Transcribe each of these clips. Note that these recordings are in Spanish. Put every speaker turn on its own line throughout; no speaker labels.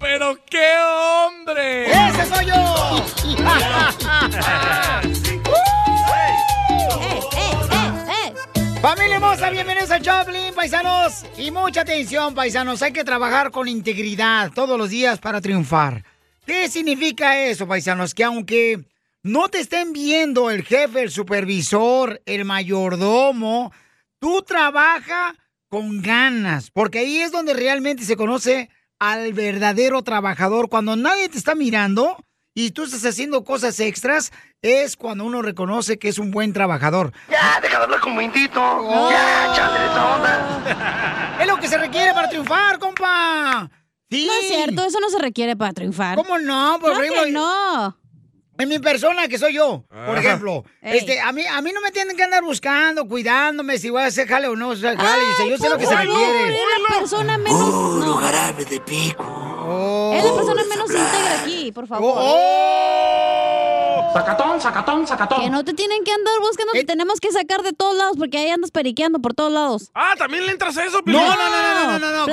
¡Pero qué hombre!
¡Ese soy yo! Familia hermosa, bienvenidos a Choplin, paisanos. Y mucha atención, paisanos. Hay que trabajar con integridad todos los días para triunfar. ¿Qué significa eso, paisanos? Que aunque no te estén viendo el jefe, el supervisor, el mayordomo, tú trabaja con ganas, porque ahí es donde realmente se conoce al verdadero trabajador. Cuando nadie te está mirando y tú estás haciendo cosas extras, es cuando uno reconoce que es un buen trabajador.
Ya, deja de hablar con Mindito. Ya, chale de esa onda.
Es lo que se requiere para triunfar, compa. Sí.
No es cierto, eso no se requiere para triunfar.
¿Cómo no? Por
Claro
ejemplo,
que no.
En mi persona, que soy yo, por
Ah.
ejemplo.
Ey.
Este, a, mí, a mí no me tienen que andar buscando, cuidándome si voy a hacer jale o no hacer jale.
Ay,
yo sé- yo sé
por
lo que se
favor,
requiere.
Es la persona menos.
Oh,
no,
jarabe de pico.
Es la persona menos íntegra aquí, por favor.
Oh,
Sacatón, sacatón, sacatón.
Que no te tienen que andar buscando,
Eh.
te tenemos que sacar de todos lados porque ahí andas periqueando por todos lados.
Ah, también le entras a eso,
No, no, no, no, no, no, no,
Platicando.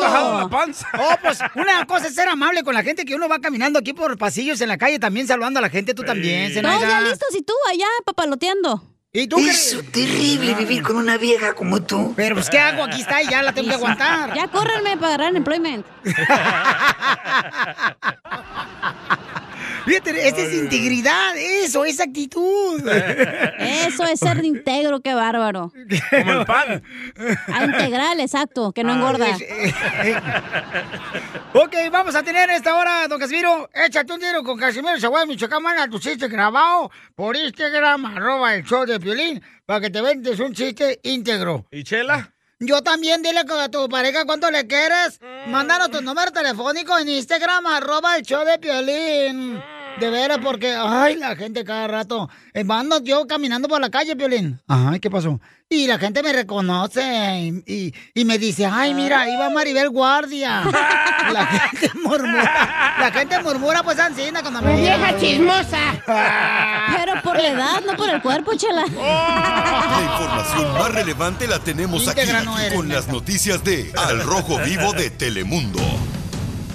cotorreando.
bajado la panza.
Oh, pues una cosa es ser amable con la gente que uno va caminando aquí por pasillos en la calle, también saludando a la gente, tú también,
Todos ya
Zenaida.
listos y tú allá papaloteando.
¿Y tú
Eso, terrible vivir con una vieja como tú.
Pero pues, ¿qué hago? Aquí está y ya la tengo que aguantar.
Ya córrenme para agarrar employment.
Fíjate, esta es integridad, eso, es actitud.
Eso es ser íntegro, qué bárbaro.
Como el pan.
A integral, exacto, que no
Ah,
engorda.
ok, vamos a tener esta hora, don Casimiro. Échate un tiro con Casimiro Chaguay, Michoacán. Manda tu chiste grabado por Instagram, arroba el show de Piolín, para que te vendes un chiste íntegro.
¿Y Chela?
Yo también dile a tu pareja cuánto le quieres.
Mm.
Mándanos tu número telefónico en Instagram, arroba el show de Piolín. De veras, porque, ay, la gente cada rato. Eh, Mando yo caminando por la calle, Piolín. Ay, ¿qué pasó? Y la gente me reconoce y, y- y me dice, ay, mira, ahí va Maribel Guardia. La gente murmura, la gente murmura pues ansina cuando me
Vieja chismosa.
Pero por la edad, no por el cuerpo, chela.
Oh.
La información más relevante la tenemos aquí,
Íntegra no eres,
con las noticias de Al Rojo Vivo de Telemundo.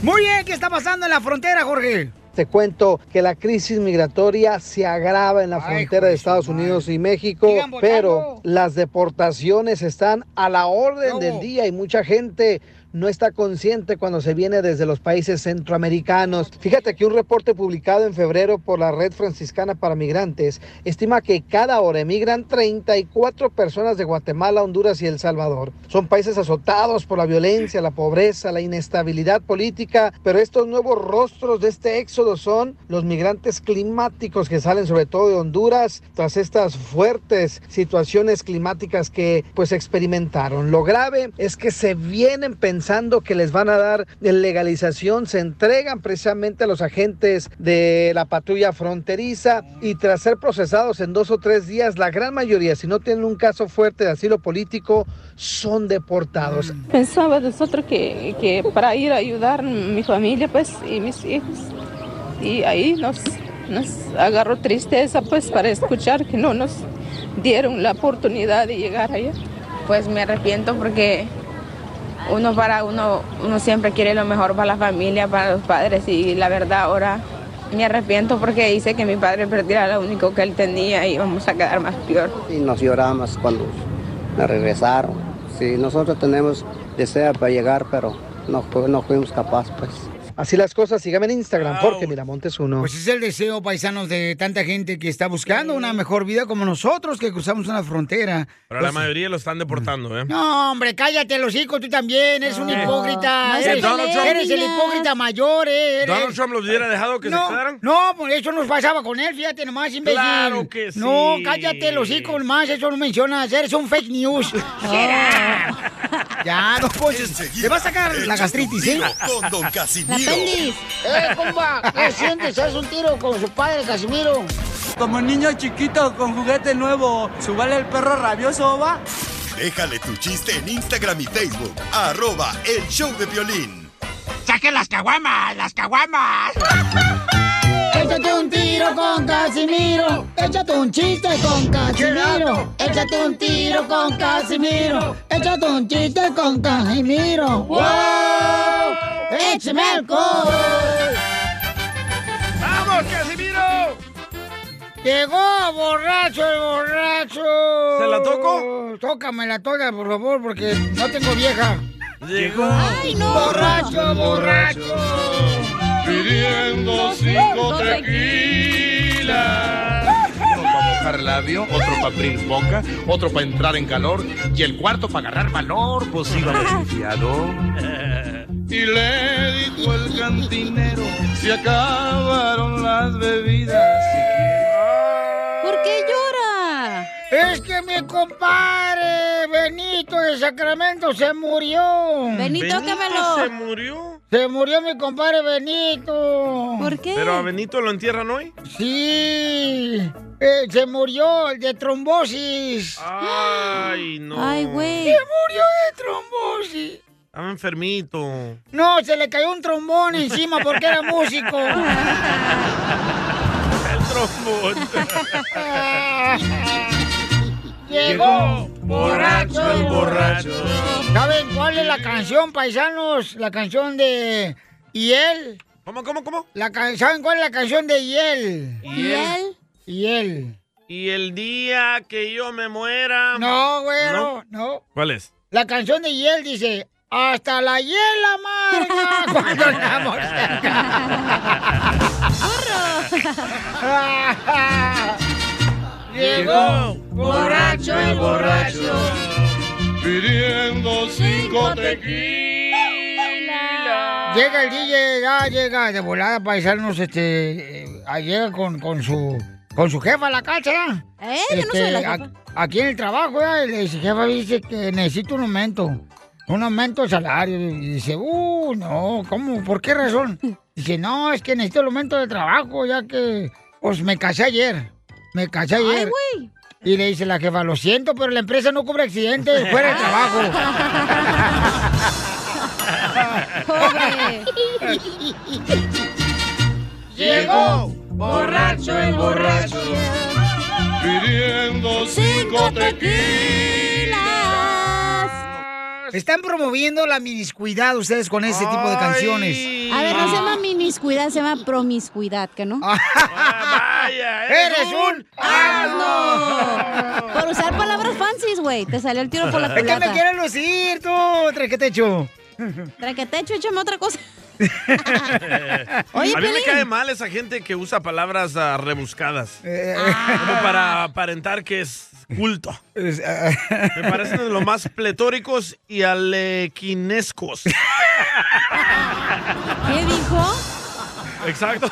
Muy bien, ¿qué está pasando en la frontera, Jorge?
Te cuento que la crisis migratoria se agrava en la frontera de Estados Unidos y México,
Sigan votando.
pero las deportaciones están a la orden del día y mucha gente no está consciente cuando se viene desde los países centroamericanos. Fíjate que un reporte publicado en febrero por la Red Franciscana para Migrantes estima que cada hora emigran 34 personas de Guatemala, Honduras y El Salvador. Son países azotados por la violencia, la pobreza, la inestabilidad política, pero estos nuevos rostros de este éxodo son los migrantes climáticos que salen sobre todo de Honduras tras estas fuertes situaciones climáticas que pues experimentaron. Lo grave es que se vienen pensando que les van a dar legalización, se entregan precisamente a los agentes de la patrulla fronteriza y tras ser procesados en dos o tres días, la gran mayoría, si no tienen un caso fuerte de asilo político, son deportados.
Pensaba nosotros que, que para ir a ayudar mi familia pues y mis hijos. Y ahí nos, nos agarró tristeza pues para escuchar que no nos dieron la oportunidad de llegar allá. Pues me arrepiento porque uno para uno, uno siempre quiere lo mejor para la familia, para los padres y la verdad ahora me arrepiento porque hice que mi padre perdiera lo único que él tenía y vamos a quedar más peor.
y nos lloramos cuando la regresaron. Sí, nosotros tenemos deseo para llegar, pero no, fu- no fuimos capaces, pues.
Así las cosas, síganme en Instagram, Jorge Miramontes uno.
Pues es el deseo, paisanos, de tanta gente que está buscando una mejor vida como nosotros que cruzamos una frontera.
Pero la mayoría lo están deportando, ¿eh?
No, hombre, cállate, los hijos, tú también, eres un
Ah.
hipócrita.
No se
eres,
peleen,
eres el
niñas.
hipócrita mayor, eh. eres-
Donald Trump los pues, hubiera dejado que
no,
se quedaran.
No, pues eso nos pasaba con él, fíjate nomás, imbécil.
Claro que sí.
No, cállate, los hijos más, eso no mencionas, eres un fake news. Gerard. ya, no, pues, te va a sacar la gastritis, ¿eh?
Con Don Casimiro.
¡Eh, compa! ¿Qué sientes? ¿Haz un tiro con su padre, Casimiro?
Como niño chiquito con juguete nuevo, ¿subale el perro rabioso, va?
Déjale tu chiste en Instagram y Facebook. Arroba el show de violín.
¡Saque las caguamas! ¡Las caguamas!
Échate un tiro con Casimiro. Échate un chiste con Casimiro. Échate un tiro con Casimiro. Échate un chiste con Casimiro. ¡Wow! ¡Échame alcohol!
¡Vamos, Casimiro!
Llegó borracho el borracho.
¿Se la toco?
Tócame la toca, por favor, porque no tengo vieja.
Llegó.
¡Ay, no! Borracho, borracho.
Pidiendo cinco tequilas. Uno para mojar labio, otro para abrir boca, otro para entrar en calor y el cuarto para agarrar valor, pues iba beneficiado.
Y le dijo el cantinero, se acabaron las bebidas.
¿Por qué llora? Es que mi compadre Benito de Sacramento se murió.
Benito se murió.
Se murió mi compadre Benito. ¿Por qué?
¿Pero a Benito lo entierran hoy?
Sí. eh, se murió de trombosis.
Ay, Ah, no.
Se murió de trombosis.
Estaba enfermito.
No, se le cayó un trombón encima porque era músico.
El trombón.
Llegó
borracho el borracho.
¿Saben cuál es la canción, paisanos? La canción de Hiel.
¿Cómo, cómo, cómo?
La can- ¿Saben cuál es la canción de Hiel?
¿Hiel?
Hiel.
Y el día que yo me muera.
No, güero,
¿No?
no.
¿Cuál es?
La canción de Hiel dice, hasta la hiel amarga cuando andamos cerca.
Llegó
borracho
el borracho. Pidiendo cinco tequilas.
Llega el DJ, ya llega de volada paisanos, este, eh, ah, llega con, con su con su jefa a la cacha, ¿ya?
Eh, yo no soy la
Este, a-
jefa.
Aquí en el trabajo, ya, y le dice, jefa, dice que necesito un aumento, un aumento de salario. Y dice, uh, no, ¿cómo? ¿Por qué razón? Dice, no, es que necesito el aumento de trabajo, ya que, pues, me casé ayer, me casé
Ay,
ayer.
güey.
Y le dice la jefa, lo siento, pero la empresa no cubre accidentes fuera de trabajo.
Ah,
Llegó borracho el borracho. Pidiendo cinco tequilas.
Están promoviendo la miniscuidad ustedes con ese tipo de canciones.
A ver, no se llama miniscuidad, se llama promiscuidad, ¿que no?
¡Vaya!
Ah, ¡Eres un
asno! Por usar palabras fancies, güey. Te salió el tiro por la
Es que
culata.
me quieren lucir, tú, traquetecho.
Traquetecho, échame otra cosa.
a mí me
Pelín.
cae mal esa gente que usa palabras ah, rebuscadas.
Eh,
Como para aparentar que es culto.
ah.
Me parecen de los más pletóricos y alequinescos.
¿Qué dijo?
Exacto.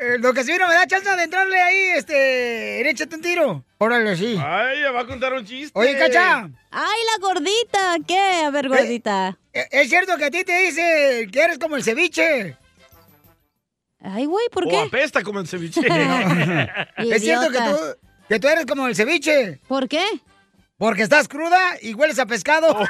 Eh, Lo que sí no me da chance de entrarle ahí, este, échate un tiro. Órale, Pues sí.
Ay, ya va a contar un chiste.
Oye, Cacha.
Ay, la gordita, ¿qué? A ver, gordita.
¿E- ¿Es cierto que a ti te dice que eres como el ceviche?
Ay, güey, ¿por
O
qué?
apesta como el ceviche.
¿Es cierto que tú, que tú eres como el ceviche?
¿Por qué?
Porque estás cruda y hueles a pescado.
Oh.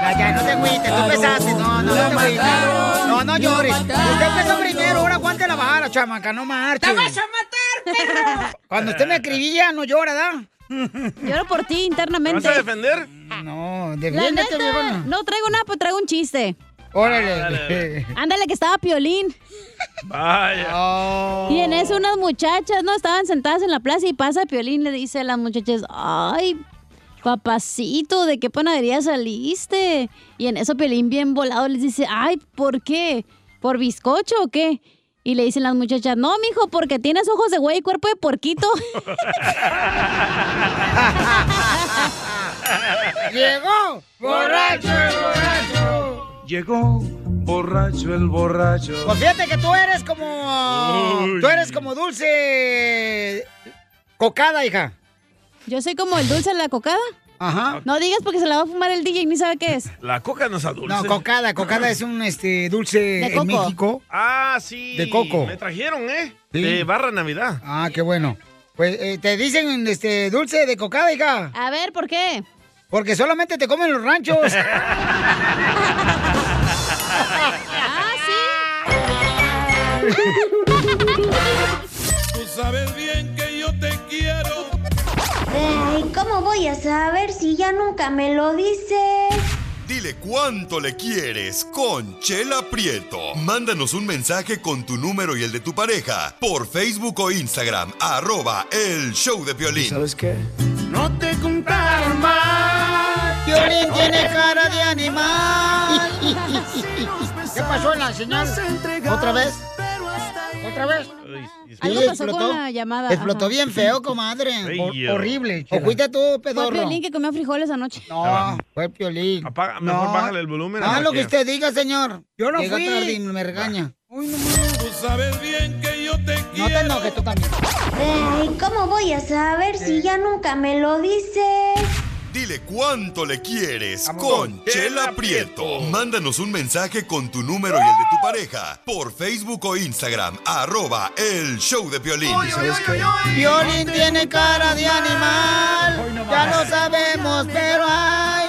Ya, ya, no te agüites, tú empezaste. No, no, no te agüites. No, no llores. Usted empezó primero, ahora aguante la vara, chamaca, no marches. ¡Te vas a matar, perro! Cuando usted me escribía, no llora, ¿da?
Lloro por ti internamente.
¿Te vas a
defender?
No,
La
defiéndete,
neta,
viejona.
no traigo nada, pues traigo un chiste.
Ah, Órale.
Ándale, que estaba Piolín.
Vaya.
Oh.
Y en eso unas muchachas, ¿no? Estaban sentadas en la plaza y pasa Piolín, le dice a las muchachas, ay, papacito, ¿de qué panadería saliste? Y en eso Pelín bien volado les dice, ay, ¿por qué? ¿Por bizcocho o qué? Y le dicen las muchachas, no, mijo, porque tienes ojos de güey y cuerpo de porquito.
Llegó borracho el borracho.
Llegó borracho el borracho.
Pues fíjate que tú eres como.
Uy.
Tú eres como dulce. Cocada, hija.
Yo soy como el dulce en la cocada.
Ajá.
No digas porque se la va a fumar el DJ y ni sabe qué es.
La coca no es dulce.
No, cocada. Cocada es un este, dulce
De
en
coco.
México.
Ah, sí.
De coco.
Me trajeron, ¿eh?
Sí.
De barra Navidad.
Ah, qué bueno. Pues eh, te dicen este, dulce de cocada, hija.
A ver, ¿por qué?
Porque solamente te comen los ranchos.
Ah, sí.
Tú sabes bien que yo te quiero.
Ay, ¿cómo voy a saber si ya nunca me lo dices?
Dile cuánto le quieres con Chela Prieto. Mándanos un mensaje con tu número y el de tu pareja por Facebook o Instagram, arroba el show de violín. ¿Sabes qué?
No te contaron más. Violín tiene cara de animal. ¿Qué pasó en la señal? ¿Otra vez? ¿Otra vez?
Algo
Sí,
pasó con la llamada.
Explotó
ajá.
bien feo, comadre.
Ey,
Hor-
yo.
horrible. O cuida tú,
Fue
pedorro.
Piolín que comió frijoles anoche.
No, fue Piolín.
Apaga, mejor
No.
bájale el volumen.
Ah,
a
lo que
cualquier-
usted diga, señor.
Yo no
Llega
fui.
tarde y me regaña.
Tú sabes bien que yo te
No te enojes tú también.
Ay, ¿cómo voy a saber si ya nunca me lo dices?
Dile cuánto le quieres con Chela Prieto. Mándanos un mensaje con tu número y el de tu pareja por Facebook o Instagram, arroba el show de violín.
Violín tiene cara de animal. Ya lo sabemos, pero ay.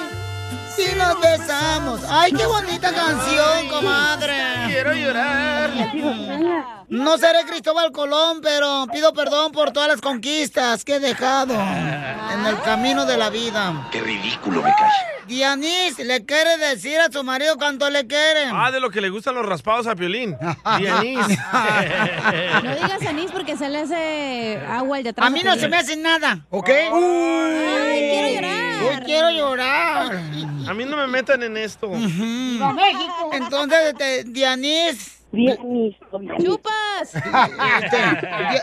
Si nos besamos. Ay, qué bonita canción, comadre. Quiero llorar. No seré Cristóbal Colón, pero pido perdón por todas las conquistas que he dejado en el camino de la vida.
Qué ridículo me cae.
Dianis le quiere decir a su marido cuánto le quiere.
Ah, de lo que le gustan los raspados a Piolín. Dianís.
No digas anís porque se le hace agua al de atrás.
A mí no se me hace nada, ¿ok? Ay, quiero llorar. Hoy quiero llorar.
A mí no me metan en esto.
México. Entonces, este, Dianis. Dianis.
¡Chupas!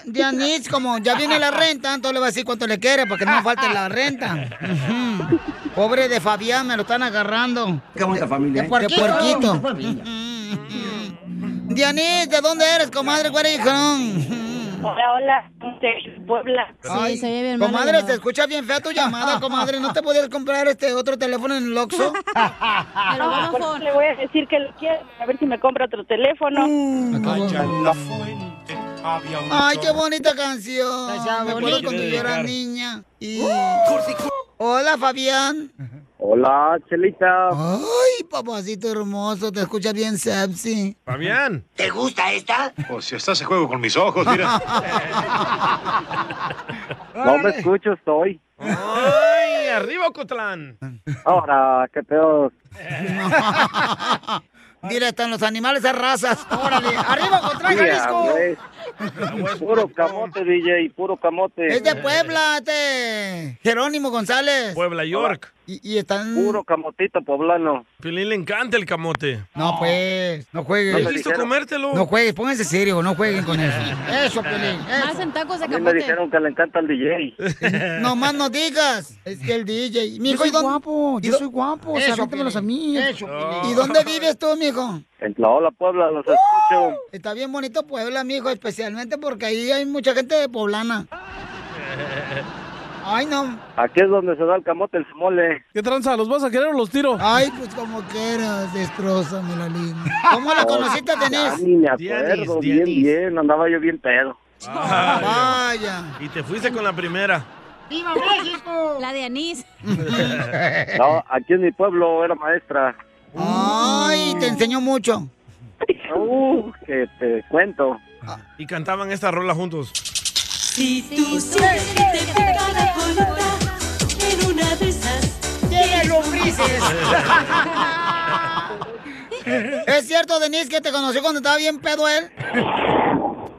Dianis, Este, como ya viene la renta, entonces le va a decir cuánto le quiere para que no falte la renta. Ujú. Pobre de Fabián, me lo están agarrando.
Qué bonita familia.
Qué
¿eh?
puerquito.
Qué familia.
Dianis, ¿de dónde eres, comadre? ¿Cuál eres? Hola, hola, de Puebla.
Sí, se oye bien mal la
comadre,
llamada.
se escucha bien fea tu llamada, comadre. ¿No te podías comprar este otro teléfono en el Oxxo?
Ah, por eso le voy a decir que lo quiero, a ver si me compra otro teléfono.
Mm.
Allá en la fuente había un
Ay, qué
chorro.
bonita canción. Me acuerdo
bonita.
cuando yo era
Dedicar.
niña. Y- Hola, Fabián.
Hola, Chelita.
Ay, papacito hermoso, te escuchas bien sexy.
Fabián.
¿Te gusta esta?
O Pues si estás en juego con mis ojos, mira.
No me escucho, estoy.
¡Ay! ¡Arriba, Cotlán!
Ahora, qué pedo.
Mira, están los animales a razas. Órale, arriba contra Jalisco.
Puro camote, DJ, puro camote.
Es de Puebla, este. Jerónimo González.
Puebla, York.
Y, y están.
Puro camotito poblano.
Piolín le encanta el camote.
No, pues, no juegues.
¿No te visto comértelo?
No juegues, pónganse serio, no jueguen con eso. Eso, Pelín.
Más en tacos de
A mí me
camote.
dijeron que le encanta el DJ.
No más no digas. Es que el DJ. Mijo,
soy
¿y dónde-
guapo, yo
y do-
soy guapo, o sea,
Eso,
métemelos a
Pelín,
mí. Oh.
eso, Pelín. ¿Y dónde vives tú, mijo?
En Tlaola, Puebla, los escucho.
Está bien bonito Puebla, mijo, especialmente porque ahí hay mucha gente de poblana. Ay, no.
Aquí es donde se da el camote, el mole.
¿Qué tranza? ¿Los vas a querer o los tiro? Ay, pues como quieras, destrozame la línea. ¿Cómo la conociste,
Oh, ya
Denise?
Ni me acuerdo, bien,
Dianis.
bien, andaba yo bien pedo.
Ah, Vaya.
Y te fuiste con la primera.
¡Viva México!
La de anís.
No, aquí en mi pueblo era maestra.
Ay, te enseñó mucho.
Uh, que te cuento.
Y cantaban esta rola juntos.
Si tú sientes que te pica la colita, en una de esas.
¡Tiene lombrices! ¿Es cierto, Denise, que te conoció cuando estaba bien pedo él?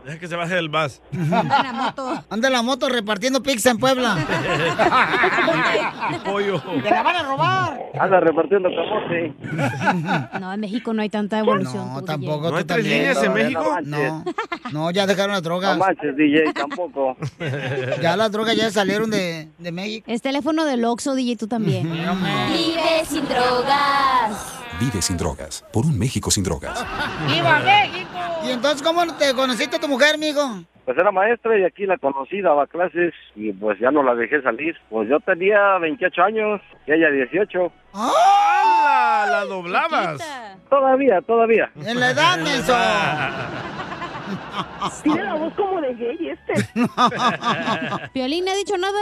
Deja que se baje del bus.
Anda en la moto. Anda en la moto repartiendo pizza en Puebla.
Pollo.
¡Te la van a robar!
Anda repartiendo camote.
No, en México no hay tanta evolución. No,
tampoco.
¿No hay
tú
tres
también.
líneas en México?
No, no, ya dejaron las drogas.
No manches, DJ, tampoco.
Ya las drogas ya salieron de... de México.
Es teléfono del Oxxo, DJ, tú también.
Vive sin drogas.
Vive sin drogas, por un México sin drogas.
¡Viva México! ¿Y entonces cómo te conociste a tu mujer, amigo?
Pues era maestra y aquí la conocí, daba clases y pues ya no la dejé salir. Pues yo tenía 28 años y ella 18.
¡Hala! La doblabas.
Todavía, todavía.
En la edad, menso.
Tiene la voz como de gay este.
Piolín, ¿no ha dicho nada?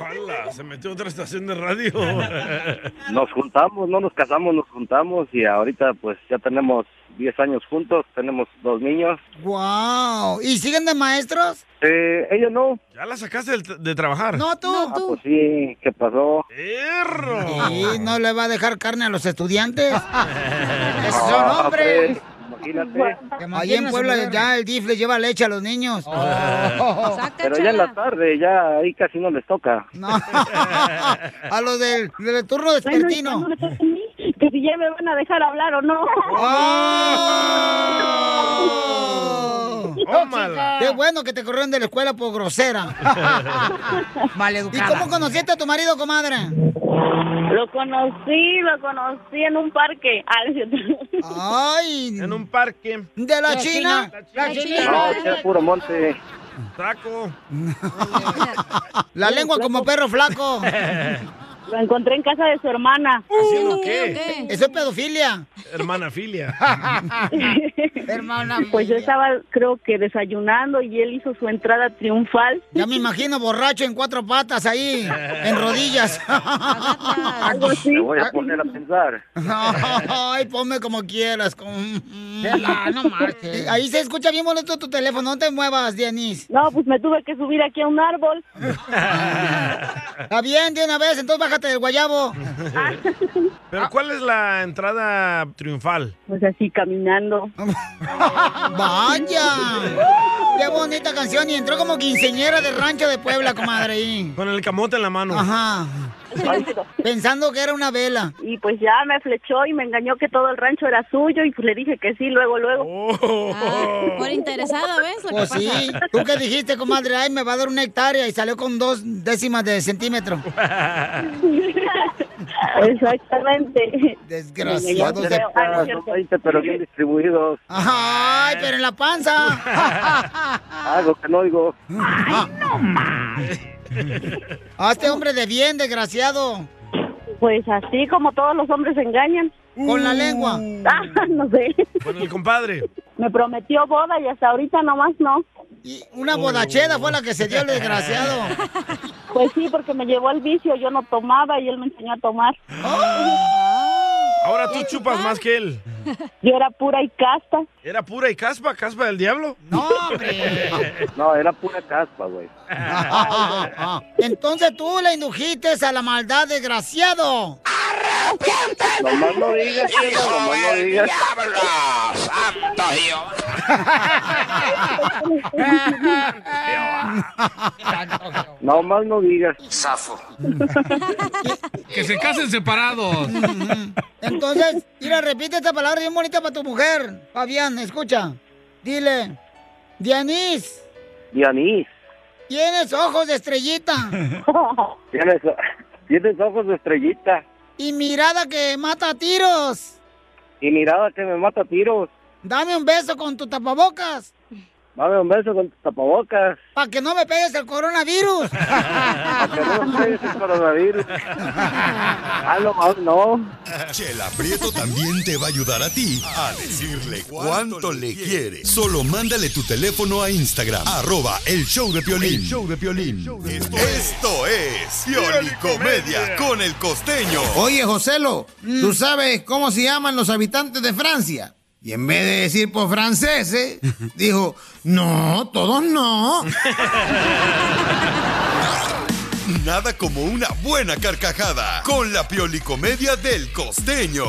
¡Hala! Se metió a otra estación de radio.
Nos juntamos, no nos casamos, nos juntamos y ahorita pues ya tenemos 10 años juntos, tenemos dos niños.
¡Wow! ¿Y siguen de maestros?
Eh, ella no.
¿Ya la sacaste del- de, trabajar?
No, tú.
Ah, pues sí, ¿qué pasó? Ah, pues,
¿Y no le va a dejar carne a los estudiantes? ¡Esos son
Ah,
hombres!
pues, imagínate.
Ahí en Puebla ya el DIF le lleva leche a los niños.
Ah. Pero ya en la tarde, ya ahí casi no les toca.
A los del, del turno despertino.
Que si ya me van a dejar hablar o no.
Tómala. ¡Oh! ¡Qué bueno que te corrieron de la escuela por grosera! ¿Y cómo conociste a tu marido, comadre?
Lo conocí, lo conocí en un parque. Ah,
¡Ay!
En un parque.
¿De
la China?
La
No, ya es puro monte.
Taco.
La lengua como perro flaco.
Lo encontré en casa de su hermana.
¿Haciendo qué?
Eso es pedofilia.
Hermana filia.
Hermana.
Pues yo estaba, creo que desayunando y él hizo su entrada triunfal.
Ya me imagino borracho en cuatro patas ahí, en rodillas.
Me voy
Ah.
a poner a pensar.
Ay, ponme como quieras. Con... Chela, no marches. Ahí se escucha bien bonito tu teléfono. No te muevas, Dianis.
No, pues me tuve que subir aquí a un árbol.
Está bien, de una vez. Entonces bájate del guayabo.
Pero ¿cuál es la entrada triunfal?
Pues así caminando.
¡Vaya! ¡Qué bonita canción! Y entró como quinceñera de rancho de Puebla, comadre. ahí.
Con el camote en la mano.
Ajá. Pensando que era una vela.
Y pues ya me flechó y me engañó que todo el rancho era suyo y pues le dije que sí, luego, luego.
Oh.
Por interesada, ¿ves? Lo
Pues
que pasa.
sí. ¿Tú qué dijiste, comadre? Ay, me va a dar una hectárea y salió con dos décimas de centímetro.
Exactamente.
Desgraciados de
Tres
Puebla.
caras, son 20, pero bien distribuidos.
Ay, pero en la panza.
Ah.
Algo que no oigo.
Hazte este hombre de bien, desgraciado.
Pues así como todos los hombres se engañan.
Con la lengua.
Ah, no sé.
Con el compadre.
Me prometió boda y hasta ahorita nomás no.
Una
Oh,
bodachera fue la que se dio el desgraciado.
Pues sí, porque me llevó al vicio, yo no tomaba y él me enseñó a tomar.
¡Ah!
Ahora tú chupas más que él.
Yo era pura y casta.
¿Era pura y caspa? ¿Caspa del diablo?
No, hombre. Ah.
No, era pura caspa, güey.
Entonces tú le indujiste a la maldad, desgraciado.
Nomás no digas, cielo, nomás no digas. Nomás no digas. Zafo.
Que se casen separados.
Entonces, mira, repite esta palabra bien bonita para tu mujer. Fabián, escucha. Dile, Dianís,
Dianís,
tienes ojos de estrellita
tienes, tienes ojos de estrellita
y mirada que mata a tiros.
y mirada que me mata a tiros.
Dame un beso con tu tapabocas
Dame un beso con tus tapabocas.
para que no me pegues el coronavirus.
Para que no me pegues el coronavirus. Ah, no, no.
Chela Prieto también te va a ayudar a ti a decirle cuánto le quiere. Solo mándale tu teléfono a Instagram, arroba el show de Piolín. Esto, esto es Piolicomedia con el costeño.
Oye, Joselo, ¿tú sabes cómo se llaman los habitantes de Francia? Y en vez de decir por franceses, dijo, no, todos no.
Nada como una buena carcajada con la Piolicomedia del costeño.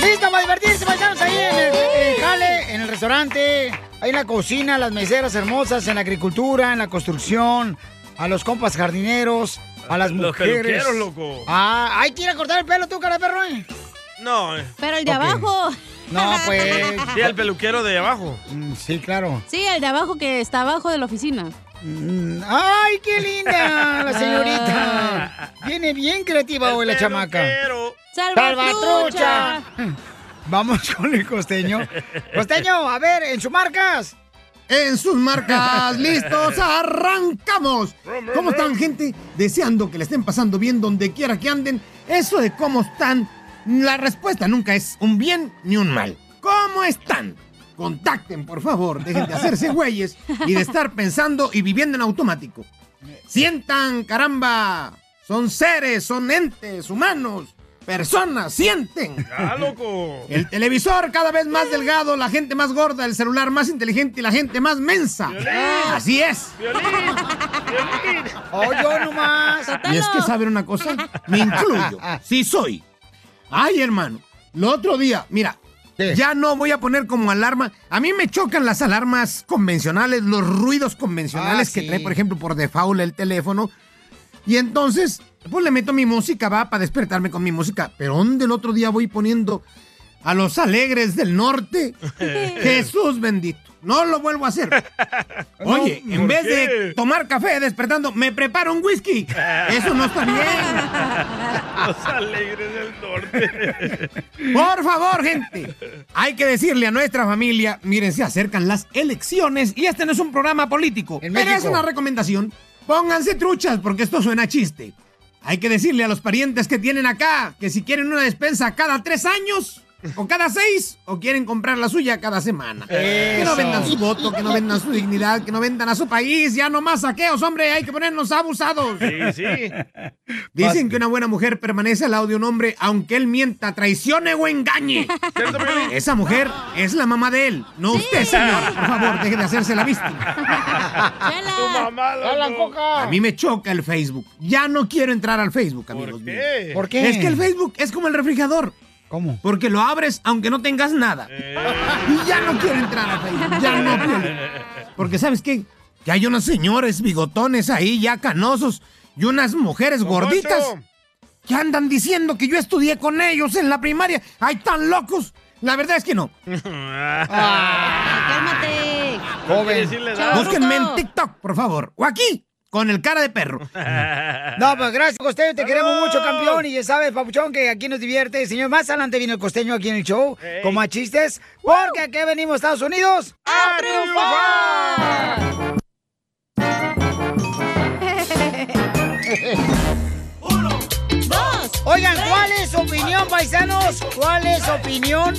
¡Listo para divertirse, paisanos! Ahí en el, en el jale, en el restaurante, ahí en la cocina, las meseras hermosas, en la agricultura, en la construcción, a los compas jardineros, a las
Los
mujeres.
peluqueros, loco.
Ah, ¡Ay, tira a cortar el pelo tú, cara de perro! eh!
No, eh.
Pero el de abajo.
No, pues. Mm,
Sí, al peluquero de abajo.
Sí, claro.
Sí, el de abajo que está abajo de la oficina.
Mm, ¡Ay, qué linda la
Ah.
señorita! Viene bien creativa hoy la chamaca.
¡Salvatrucha!
Vamos con el costeño. Costeño, a ver, en sus marcas.
En sus marcas, listos, arrancamos. ¿Cómo están, gente? Deseando que le estén pasando bien donde quiera que anden. Eso de cómo están, la respuesta nunca es un bien ni un mal. ¿Cómo están? Contacten, por favor, dejen de hacerse güeyes y de estar pensando y viviendo en automático. Sientan, caramba. Son seres, son entes, humanos, personas, sienten.
¡Ah, loco!
El televisor cada vez más delgado, la gente más gorda, el celular más inteligente y la gente más mensa. Así es.
¡Oh, yo nomás! Ah.
Y es que saber una cosa, me incluyo. Sí soy. Ay, hermano, lo otro día, mira, ya no voy a poner como alarma. A mí me chocan las alarmas convencionales, los ruidos convencionales
Ah,
que
sí.
trae, por ejemplo, por default el teléfono. Y entonces, pues le meto mi música, va, para despertarme con mi música. Pero ¿dónde el otro día voy poniendo a los alegres del norte? Jesús bendito. No lo vuelvo a hacer. Oye,
No,
en
¿por
vez
qué?
de tomar café despertando, me preparo un whisky. Eso no está bien.
Los alegres del norte.
Por favor, gente. Hay que decirle a nuestra familia, miren, se acercan las elecciones y este no es un programa político. Pero es
México.
una recomendación. Pónganse truchas porque esto suena a chiste. Hay que decirle a los parientes que tienen acá que si quieren una despensa cada tres años o cada seis o quieren comprar la suya cada semana. Que no
Eso.
vendan su voto, que no vendan su dignidad, que no vendan a su país. Ya no más saqueos, hombre. Hay que ponernos abusados. Dicen que una buena mujer permanece al lado de un hombre aunque él mienta, traicione o engañe. Esa mujer es la mamá de él, no usted, señora. Por favor, deje de hacerse la víctima.
¡Tu mamá,
A mí me choca el Facebook. Ya no quiero entrar al Facebook, amigos. míos.
¿Por qué?
Es que el Facebook es como el refrigerador.
¿Cómo? Eh.
Porque lo abres aunque no tengas nada. Y ya no quiero entrar al Facebook. Ya no quiero. Porque ¿sabes qué? Que hay unos señores bigotones ahí ya canosos y unas mujeres gorditas que andan diciendo que yo estudié con ellos en la primaria. ¡Ay, tan locos! La verdad es que no.
¡Cálmate!
Búsquenme en TikTok, por favor. O aquí, con el cara de perro.
No, pues gracias, Costeño. Te queremos mucho, campeón. Y ya sabes, papuchón, que aquí nos divierte. Señor, más adelante viene el Costeño aquí en el show con más chistes. Porque aquí venimos, Estados Unidos, a triunfar. Oigan, ¿cuál es su opinión, paisanos? ¿Cuál es su opinión?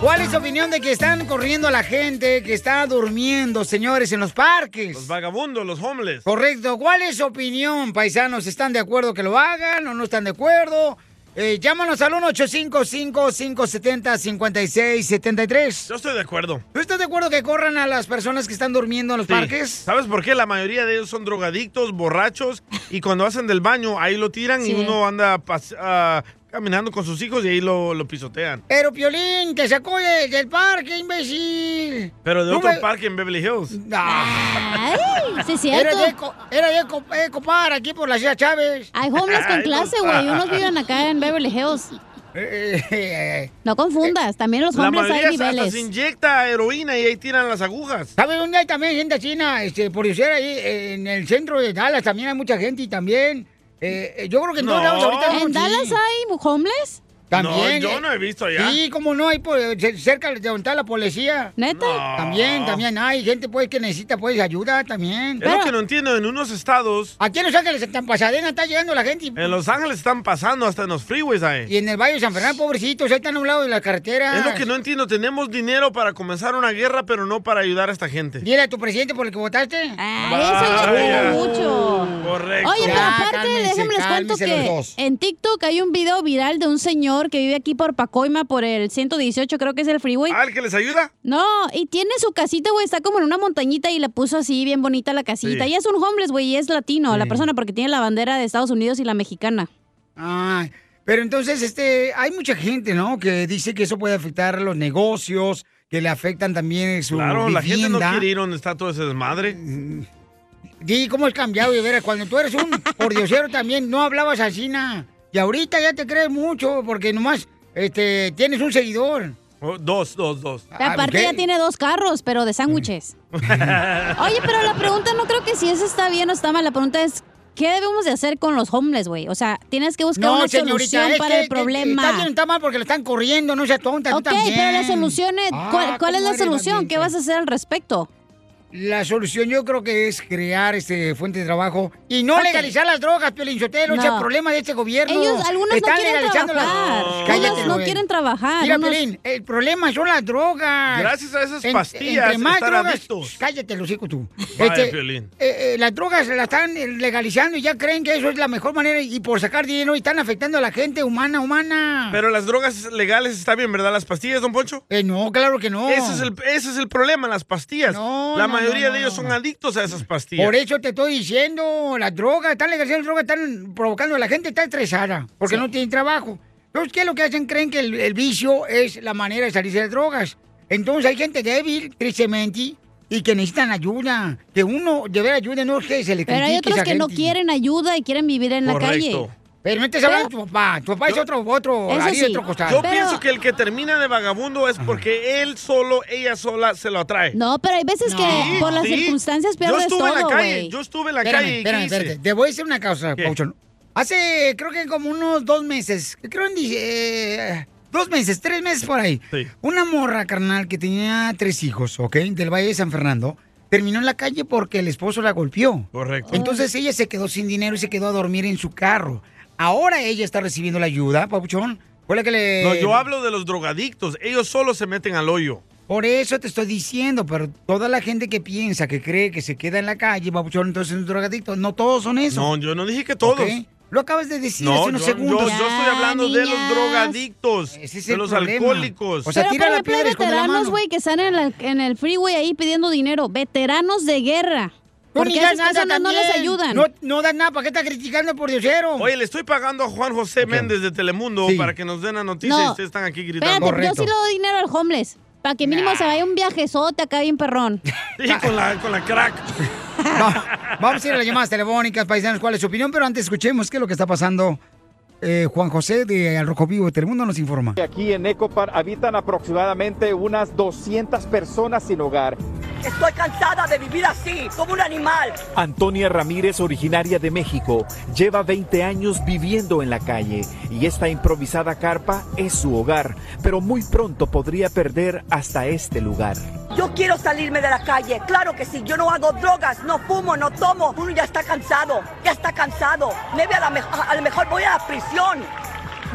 ¿Cuál es su opinión de que están corriendo a la gente que está durmiendo, señores, en los parques?
Los vagabundos, los homeless.
Correcto. ¿Cuál es su opinión, paisanos? ¿Están de acuerdo que lo hagan o no están de acuerdo? Eh, llámanos al 1-855-570-5673.
Yo estoy de acuerdo.
¿Tú estás de acuerdo que corran a las personas que están durmiendo en los
Sí.
parques?
¿Sabes por qué? La mayoría de ellos son drogadictos, borrachos, y cuando hacen del baño, ahí lo tiran
Sí.
y uno anda pas- ah, caminando con sus hijos y ahí lo, lo pisotean.
Pero Piolín, te sacó de- del parque, imbécil.
Pero de
Tú
otro
me- Ah.
parque en Beverly Hills.
Ay,
sí es
Era
cierto.
de, co- era de co- eh, copar aquí por la ciudad Chávez.
Hay homeless con
Ay,
clase,
no.
güey. Unos viven acá en Beverly Hills.
Eh,
No confundas, también los
La
homeless
mayoría
hay
hasta se
niveles.
inyecta heroína y ahí tiran las agujas.
¿Sabes dónde hay también gente china? Este, por decir ahí, eh, en el centro de Dallas también hay mucha gente y también. eh, eh, yo creo que en todos
No.
lados ahorita.
¿En Dallas
hay homeless?
También.
No,
eh,
yo no he visto allá.
Sí, como no hay por- eh, cerca de donde está la policía.
¿Neta?
También, también hay gente pues que necesita pues ayuda también.
Es lo que no entiendo, en unos estados,
Aquí en Los Ángeles, en Pasadena, está llegando la gente. y-
en Los Ángeles están pasando hasta en los freeways ahí.
Y en el Valle de San Fernando, pobrecitos, ahí están a un lado de la carretera.
Es lo que no entiendo, tenemos dinero para comenzar una guerra, pero no para ayudar a esta gente.
Dile a tu presidente por el que votaste.
Ah, eso ya
Vaya.
tuvo mucho.
Correcto.
Oye, pero
Ya,
aparte,
Eh, cálmense,
déjenme les cuento
cálmense los
que
dos.
en TikTok hay un video viral de un señor que vive aquí por Pacoima, por el 118, creo que es el freeway.
Ah,
¿Al Ah, que les ayuda?
No, y tiene su casita, güey, está como en una montañita y le puso así bien bonita la casita.
Sí.
Y es un homeless, güey, y es latino la
Sí.
persona porque tiene la bandera de Estados Unidos y la mexicana.
Ay, Pero entonces, este, hay mucha gente, ¿no? Que dice que eso puede afectar los negocios, que le afectan también eh, su
Claro, la gente no
vivienda. Mm.
quiere ir donde está todo ese desmadre.
Y cómo has cambiado, de veras. Cuando tú eres un pordiosero también, no hablabas así, na. Y ahorita ya te crees mucho, porque nomás, este, tienes un seguidor.
Oh, dos, dos, dos.
Aparte
Eh.
ya tiene dos carros, pero de sándwiches.
Ah,
Oye, pero la pregunta no creo que si eso está bien o está mal. La pregunta es, ¿qué debemos de hacer con los homeless, güey? O sea, tienes que buscar una solución
es
para el
que- que- Está
problema.
bien, está mal porque le están corriendo, no seas tonta, tú
ok,
también.
pero la solución es, ¿cuál,
Ah,
cuál es
¿cómo
la
eres,
solución? ¿Qué vas a hacer al respecto?
La solución yo creo que es crear este fuente de trabajo y no
Ok.
legalizar las drogas, Piolín Sotelo, ese es
No.
el problema de este gobierno.
Ellos- algunos no
Están
quieren
legalizando las-
trabajar. Unos no
Piolín.
quieren trabajar,
Mira,
unos-
Piolín, el problema son las drogas.
Gracias a esas
En-
pastillas
entre más
están
drogas,
adictos.
cállate, Lucico, tú.
Vaya,
Este,
Piolín.
eh, eh, las drogas las están eh, legalizando y ya creen que eso es la mejor manera y por sacar dinero y están afectando a la gente humana, humana.
Pero las drogas legales está bien, ¿verdad? Las pastillas, don Poncho.
Eh, no, claro que no.
Ese es el, ese es el problema, las pastillas. la
no,
mayoría
no,
de ellos son adictos a esas pastillas.
Por eso te estoy diciendo, las drogas, están legalizando las drogas, están provocando a la gente, está estresada, porque
Sí.
no tienen trabajo. Entonces, ¿qué es lo que hacen? Creen que el, el vicio es la manera de salirse de drogas. Entonces hay gente débil, tristemente, y que necesitan ayuda. Que uno de ver ayuda, no es que se le
Pero hay
critique
otros
esa
que no
gente.
quieren ayuda y quieren vivir en la calle.
Correcto.
Pero no te hablando de tu papá, tu papá es otro, otro, ahí otro costal.
Yo pienso que el que termina de vagabundo es porque él solo, ella sola, se lo atrae.
No, pero hay veces que
Sí,
por las
sí.
circunstancias
Yo
pierdes
estuve en la
todo,
calle,
güey.
yo estuve en la
Espérame,
calle. ¿y qué
espérame,
hice?
espérate. Te voy a decir una cosa, Pauchón. Hace, creo que como unos dos meses, creo en di- eh, dos meses, tres meses por ahí. Una morra, carnal, que tenía tres hijos, ¿ok? Del Valle de San Fernando, terminó en la calle porque el esposo la golpeó.
Correcto.
Entonces ella se quedó sin dinero y se quedó a dormir en su carro. Ahora ella está recibiendo la ayuda, Pauchón. Fue la que le...
No, yo hablo de los drogadictos. Ellos solo se meten al hoyo.
Por eso te estoy diciendo, pero toda la gente que piensa, que cree que se queda en la calle, babuchón, entonces es un drogadicto. No todos son eso.
No, yo no dije que todos.
¿Ok? Lo acabas de decir
No,
hace unos
yo,
segundos.
yo- yo estoy hablando de los
niñas.
drogadictos,
es
de
el
los
problema.
alcohólicos.
O sea,
Pero,
tira
por
la
ejemplo, hay
piedra y esconde la
veteranos,
mano.
güey, que están en, la- en el freeway ahí pidiendo dinero. Veteranos de guerra. Porque
ni
esas
das nada
personas no les
también.
ayudan.
No, no das nada, ¿para qué estás criticando por diosero?
Oye, le estoy pagando a Juan José Méndez de Telemundo para que nos den la noticia
No.
y ustedes están aquí
Espérate,
gritando.
yo sí le doy dinero al homeless. Para que mínimo se vaya un viajezote acá bien perrón.
Sí, con la, con la crack.
Vamos a ir a las llamadas telefónicas, paisanos, cuál es su opinión, pero antes escuchemos qué es lo que está pasando. Eh, Juan José de Al Rojo Vivo de Telemundo nos informa.
Aquí en Ecopar habitan aproximadamente unas 200 personas sin hogar.
Estoy cansada de vivir así, como un animal.
Antonia Ramírez, originaria de México, lleva 20 años viviendo en la calle y esta improvisada carpa es su hogar, pero muy pronto podría perder hasta este lugar.
Yo quiero salirme de la calle, claro que sí. Yo no hago drogas, no fumo, no tomo. Uno ya está cansado, ya está cansado. Maybe a, la me- a- a lo mejor voy a la prisión.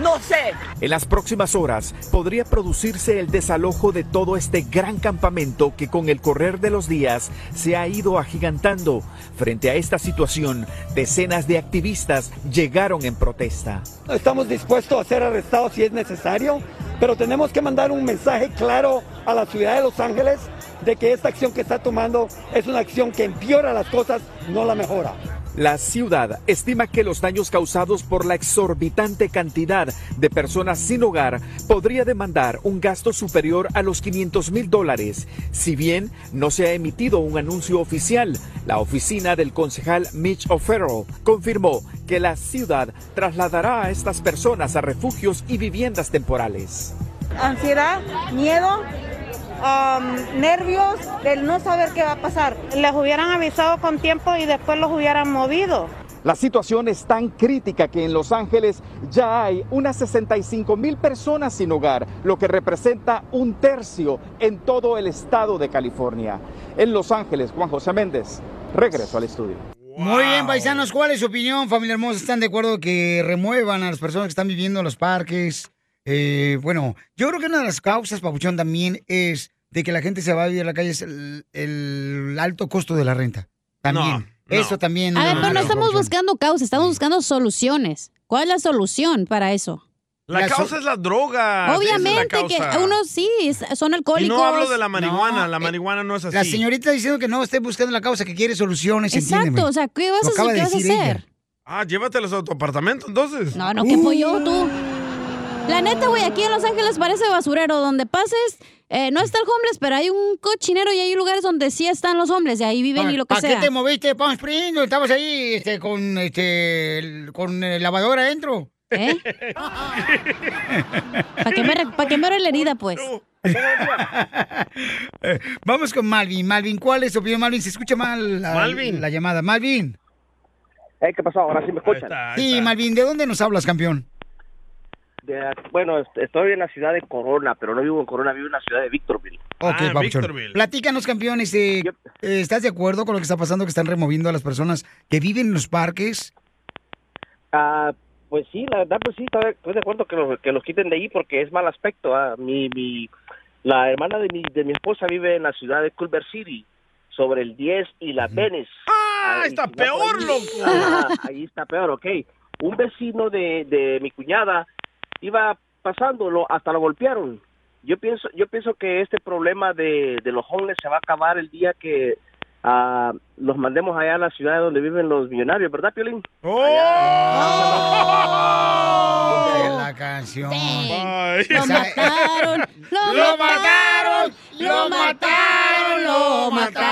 No sé.
En las próximas horas podría producirse el desalojo de todo este gran campamento que con el correr de los días se ha ido agigantando. Frente a esta situación, decenas de activistas llegaron en protesta.
Estamos dispuestos a ser arrestados si es necesario, pero tenemos que mandar un mensaje claro a la ciudad de Los Ángeles de que esta acción que está tomando es una acción que empeora las cosas, no la mejora.
La ciudad estima que los daños causados por la exorbitante cantidad de personas sin hogar podría demandar un gasto superior a los 500 mil dólares. Si bien no se ha emitido un anuncio oficial, la oficina del concejal Mitch O'Farrell confirmó que la ciudad trasladará a estas personas a refugios y viviendas temporales.
ansiedad, miedo, am, nervios del no saber qué va a pasar. Les hubieran avisado con tiempo y después los hubieran movido.
La situación es tan crítica que en Los Ángeles ya hay unas 65 mil personas sin hogar, lo que representa un tercio en todo el estado de California. En Los Ángeles, Juan José Méndez, regreso al estudio.
Muy bien, paisanos, ¿cuál es su opinión, familia hermosa? ¿Están de acuerdo que remuevan a las personas que están viviendo en los parques? Eh, bueno, yo creo que una de las causas, Papuchón, también es de que la gente se va a vivir a la calle es el, el alto costo de la renta. También. Eso también.
A ver,
una-
pero no estamos buscando causas, estamos buscando soluciones. ¿Cuál es la solución para eso?
La, causa es la droga.
Obviamente
esa es la causa.
que unos sí es- son
Y
alcohólicos.
no hablo de la marihuana,
No, eh,
la marihuana no es así.
La señorita diciendo que no esté buscando la causa, que quiere soluciones,
Exacto,
entiéndeme.
o sea, ¿qué vas
Lo
a hacer?
acaba de
¿Qué vas a
decir ella.
hacer?
Ah, llévatelos a tu apartamento entonces. Uh.
No, no, qué pollo tú. La neta, güey, aquí en Los Ángeles parece basurero. Donde pases, eh, no está el homeless, pero hay un cochinero y hay lugares donde sí están los hombres y ahí viven y lo que
¿Para
sea.
qué te moviste, Palm Springs? Estabas ahí este, con, este, el- con el lavadora adentro.
¿Eh? ¿Para qué me, re- pa' qué me duele la herida, pues?
Eh, Vamos con Malvin. Malvin, ¿cuál es tu opinión, Malvin? Se escucha mal la,
Malvin.
la llamada. Malvin.
Eh, ¿Qué pasó? Ahora sí me escuchan.
Sí, Malvin, ¿de dónde nos hablas, campeón?
De- bueno, est- estoy en la ciudad de Corona, pero no vivo en Corona, vivo en la ciudad de Victorville.
Ok, papuchón. Platícanos, campeón, este, eh, ¿estás de acuerdo con lo que está pasando, que están removiendo a las personas que viven en los parques?
Ah, pues sí, la verdad, pues sí, estoy estoy de acuerdo que los, que los quiten de ahí porque es mal aspecto. ah. Mi, mi, la hermana de mi, de mi esposa vive en la ciudad de Culver City, sobre el 10 y la Venice. Ah, está peor, loco. ahí está peor, ok. Un vecino de, de mi cuñada iba pasándolo, hasta lo golpearon. Yo pienso, yo pienso que este problema de, de los homeless se va a acabar el día que ah, los mandemos allá a la ciudad donde viven los millonarios, ¿verdad, Piolín?
¡Oh! ¡Oh!
De la canción.
Lo mataron,
lo, mataron, lo mataron, lo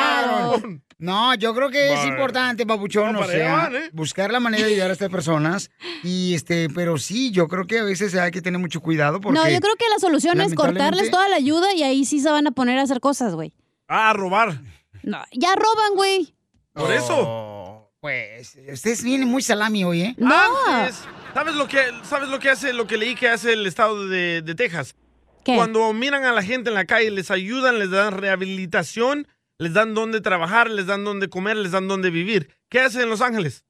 mataron. No, yo creo que es
Vale.
importante, papuchón,
No,
o
para
sea,
allá van, ¿eh?
buscar la manera de ayudar a estas personas. Y este, pero sí, yo creo que a veces hay que tener mucho cuidado porque.
No, yo creo que la solución es cortarles
lamentablemente-
toda la ayuda y ahí sí se van a poner a hacer cosas, güey.
Ah, a robar.
No, ya roban, güey.
Por eso.
Pues, ustedes vienen muy salami hoy, ¿eh?
Antes, ¿sabes lo que sabes lo que hace, lo que leí que hace el estado de, de Texas?
¿Qué?
Cuando miran a la gente en la calle, les ayudan, les dan rehabilitación, les dan dónde trabajar, les dan dónde comer, les dan dónde vivir. ¿Qué hacen en Los Ángeles?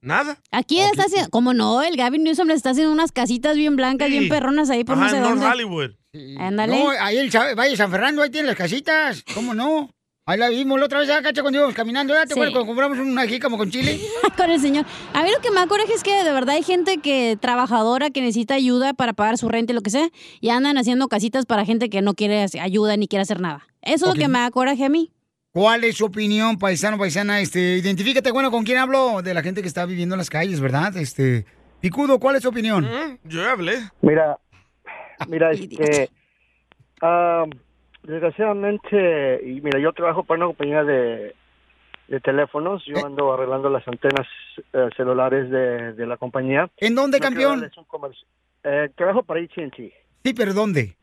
Nada.
Aquí está haciendo, como no, el Gavin Newsom le está haciendo unas casitas bien blancas,
Sí.
bien perronas ahí por
Ajá,
no sé
en North
dónde.
Hollywood.
Ándale.
No, ahí el Cha- Valle San Fernando, ahí tienen las casitas. ¿Cómo no? Ahí la vimos la otra vez, acá cacha, cuando íbamos caminando. ¿Ya te
Sí.
acuerdas cuando compramos una jícamo con chile?
con el señor. A mí lo que me acoraje es que de verdad hay gente que trabajadora que necesita ayuda para pagar su renta y lo que sea, y andan haciendo casitas para gente que no quiere hacer- ayuda ni quiere hacer nada. Eso es
Ok.
lo que me acoraje a mí.
¿Cuál es su opinión, paisano, paisana? Este, identifícate, bueno, ¿con quién hablo? De la gente que está viviendo en las calles, ¿verdad? Este, Picudo, ¿cuál es su opinión?
Mm.
Mm, Yo ya hablé.
Mira, mira, este, ah, desgraciadamente, y mira, yo trabajo para una compañía de, de teléfonos,
Eh.
yo ando arreglando las antenas eh, celulares de, de la compañía.
¿En dónde,
No quiero
campeón?
darles un comerci- eh, trabajo para AT&T.
Sí, pero ¿dónde?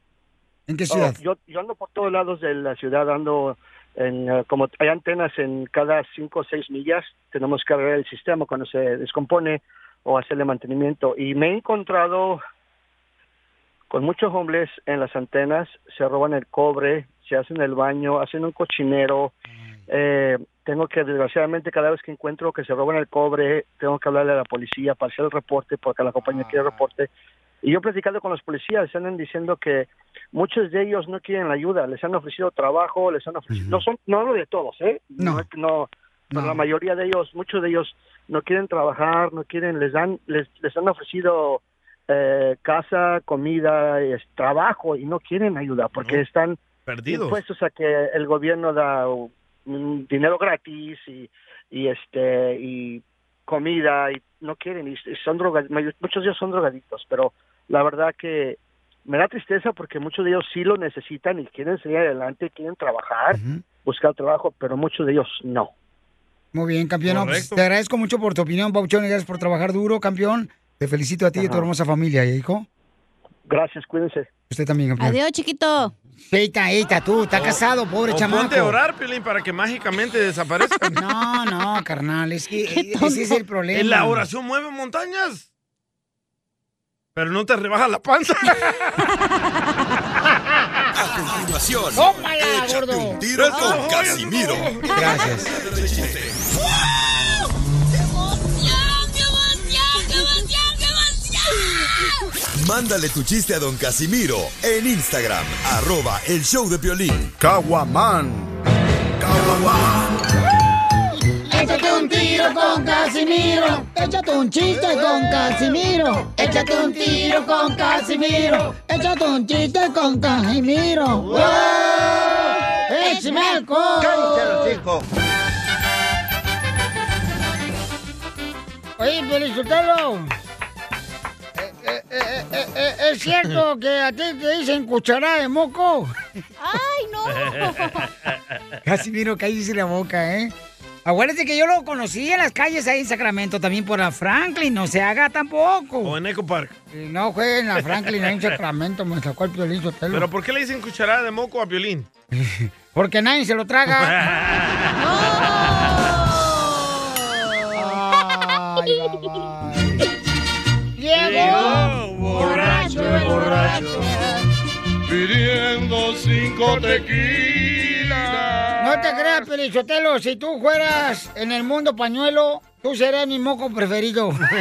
¿En qué ciudad?
Oh, yo, yo ando por todos lados de la ciudad, ando en, eh, como hay antenas en cada cinco o seis millas, tenemos que arreglar el sistema cuando se descompone o hacerle mantenimiento. Y me he encontrado con muchos hombres en las antenas, se roban el cobre, se hacen el baño, hacen un cochinero. Eh, tengo que, desgraciadamente, cada vez que encuentro que se roban el cobre, tengo que hablarle a la policía para hacer el reporte, porque la compañía quiere reporte. Y yo platicando con los policías, andan diciendo que muchos de ellos no quieren la ayuda, les han ofrecido trabajo, les han ofrecido, no son, no hablo de todos, ¿eh? No, no, pero la mayoría de ellos, muchos de ellos no quieren trabajar, no quieren, les dan, les, les han ofrecido eh, casa, comida, es- trabajo y no quieren ayuda porque
No.
están
Perdidos.
impuestos a que el gobierno da mm, dinero gratis y, y este y comida y no quieren y s- son droga- mayo- muchos de ellos son drogadictos pero la verdad que me da tristeza porque muchos de ellos sí lo necesitan y quieren seguir adelante quieren trabajar buscar trabajo pero muchos de ellos no
Muy bien, campeón. No, pues,
Correcto.
te agradezco mucho por tu opinión, Pauchón, y gracias por trabajar duro, campeón. Te felicito a ti y a tu
Ajá.
hermosa familia, ¿eh, hijo.
gracias cuídense
Usted también, campeón.
Adiós, chiquito.
Eita, eita, tú, está casado, pobre
O
chamaco.
ponte a orar, Piolín, para que mágicamente desaparezcan.
No, no, carnal, es que ese
Qué
es
tonto.
el problema.
La oración mueve montañas. Pero no te rebaja la panza.
A continuación,
¡Tómala,
échate
gordo!
un tiro con Casimiro.
Gracias.
Mándale tu chiste a don Casimiro en Instagram, arroba el show de violín. Caguaman.
Échate un tiro con Casimiro. Échate un chiste con Casimiro. Échate un tiro con Casimiro. Échate un chiste con Casimiro. ¡Wow! ¡Échame alcohol! Oye, Felicitelo. Eh, ¿Es cierto que a ti te dicen cucharada de moco?
¡Ay,
Casi miro que hice la boca, ¿eh? Acuérdate que yo lo conocí en las calles ahí en Sacramento, también por la Franklin, no se haga tampoco. O
en Eco Park.
No fue en la Franklin, ahí en Sacramento, me sacó el piolín Sotelo.
¿Pero por qué le dicen cucharada de moco a Piolín?
Porque nadie se lo traga. Ay, babá.
Llegó borracho, borracho.
Pidiendo cinco tequilas.
No te creas, Pelichotelo, si tú fueras en el mundo pañuelo, tú serías mi moco preferido.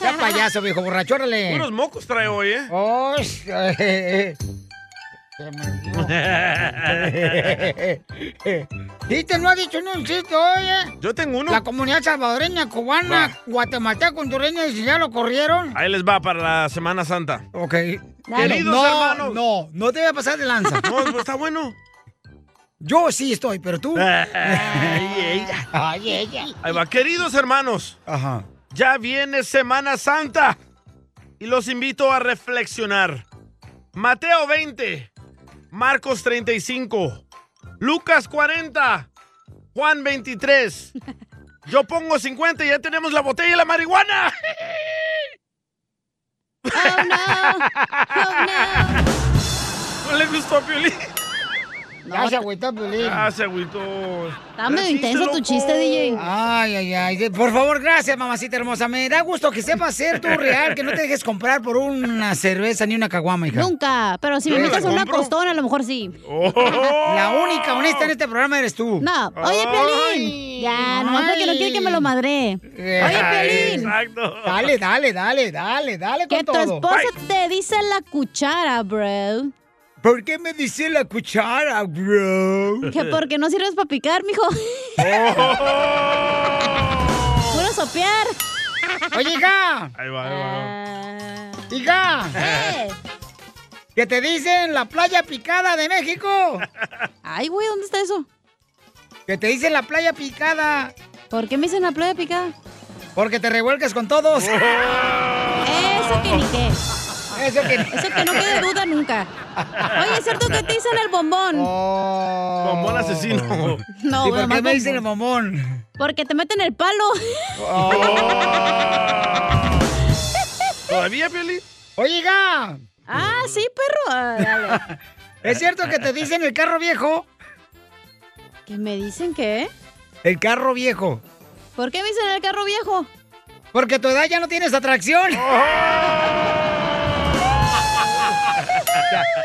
ya payaso, viejo borracho, órale.
Unos mocos trae hoy, ¿eh?
Oh, s- eh, eh, eh. ¿Viste? No ha dicho ni un chiste hoy, ¿eh?
Yo tengo uno.
La comunidad salvadoreña, cubana, guatemalteca, hondureña, y si ya lo corrieron.
Ahí les va para la Semana Santa.
Ok.
Queridos
no,
hermanos.
No, no te voy a pasar de lanza.
No, pues está bueno.
Yo sí estoy, pero tú.
ella.
Ay, ella.
Ahí va. Queridos hermanos, ya viene Semana Santa y los invito a reflexionar. Mateo 20, Marcos 35, Lucas 40, Juan 23. Yo pongo 50 y ya tenemos la botella de la marihuana. no. le gustó a Piolín.
Ya se agüitó, Piolín.
Ya Ah, se agüitó.
Está
medio intenso tu chiste, DJ.
Ay, ay, ay. De- Por favor, gracias, mamacita hermosa. Me da gusto que sepas ser tú real, que no te dejes comprar por una cerveza ni una caguama, hija.
Nunca, pero si me
Yo la
invitas a una
compro.
costona, a lo mejor sí.
La única honesta en este programa eres tú.
No, oye, Piolín. Ya, nomás porque no quiere que me lo madre. Oye, Piolín.
Exacto.
Dale, dale, dale, dale, dale con
Que tu
todo.
esposa te dice la cuchara, bro.
¿Por qué me dice la cuchara, bro?
Que porque no sirves para picar, mijo. Puro sopear.
Oye, hija.
Ahí va, ahí va.
Hija.
¿Qué?
Que te dicen la playa picada de México.
Ay, güey, ¿dónde está eso?
Que te dicen la playa picada.
¿Por qué me dicen la playa picada?
Porque te revuelcas con todos.
Eso que ni qué.
Eso que,
no quede duda nunca. Oye, ¿es cierto que te dicen el bombón? Ah.
Bombón asesino.
No,
Oh. ¿Y
güey,
por
más
qué me dicen el
bombón.
mamón?
Porque te meten el palo.
¿Todavía, Piolín?
Oiga.
Ah, sí, perro. Ah, dale.
¿Es cierto que te dicen el carro viejo?
¿Qué me dicen qué?
El carro viejo.
¿Por qué me dicen el carro viejo?
Porque tu edad ya no tienes atracción.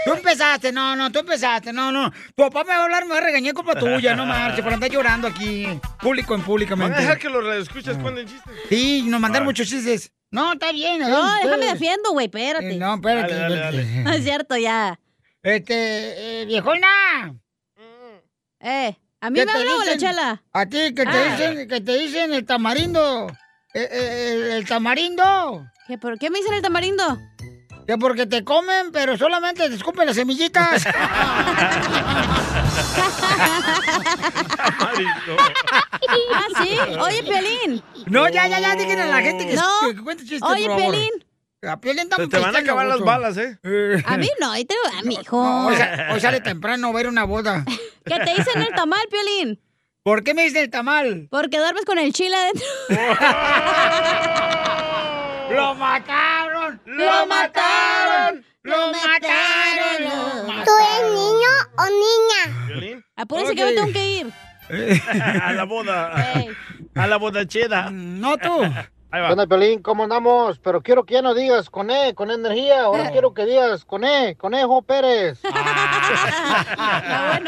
Tú empezaste, no, no, tú empezaste, no, no. Tu papá me va a hablar, me va a regañar culpa tuya, no marches, por andar llorando aquí, público en
Van a dejar
públicamente. Ah.
que los escuchas cuenten chistes.
Sí, nos mandaron muchos chistes. No, está bien.
No,
eh,
déjame
eh,
defiendo, güey, espérate.
eh, No, espérate.
Dale, dale, dale.
No es cierto, ya.
Este, eh, viejona.
Eh, ¿a mí me habla o la chela?
A ti, que te,
Ah.
dicen, que te dicen el tamarindo. Eh, eh, el, el tamarindo.
¿Que ¿Por qué me dicen el tamarindo?
Que porque te comen, pero solamente te escupen las semillitas.
Ah, sí. Oye, Piolín.
No, ya, ya, ya, díganle a la gente que,
No.
que cuente chistes,
Oye,
por favor.
Piolín.
A Piolín dame
Se
un
te van a
pestaño,
acabar las
Augusto.
balas, ¿eh?
A mí no, ahí te a mi hijo.
No, hoy, sa- hoy sale temprano a ver una boda.
¿Qué te dicen el tamal, Piolín?
¿Por qué me dicen el tamal?
Porque duermes con el chile adentro.
¡Lo mataron!
¡Lo
mataron! ¡Lo
mataron! ¡Lo
¿Tú eres niño
o niña?
Piolín.
Apúrense que me
Ok.
tengo que ir.
eh.
a la boda. A la bodacheda.
No tú.
Ahí
Bueno,
va.
Pelín, ¿cómo andamos? Pero quiero que ya no digas con E, con energía. Ahora quiero que digas con E, conejo Pérez.
Ah,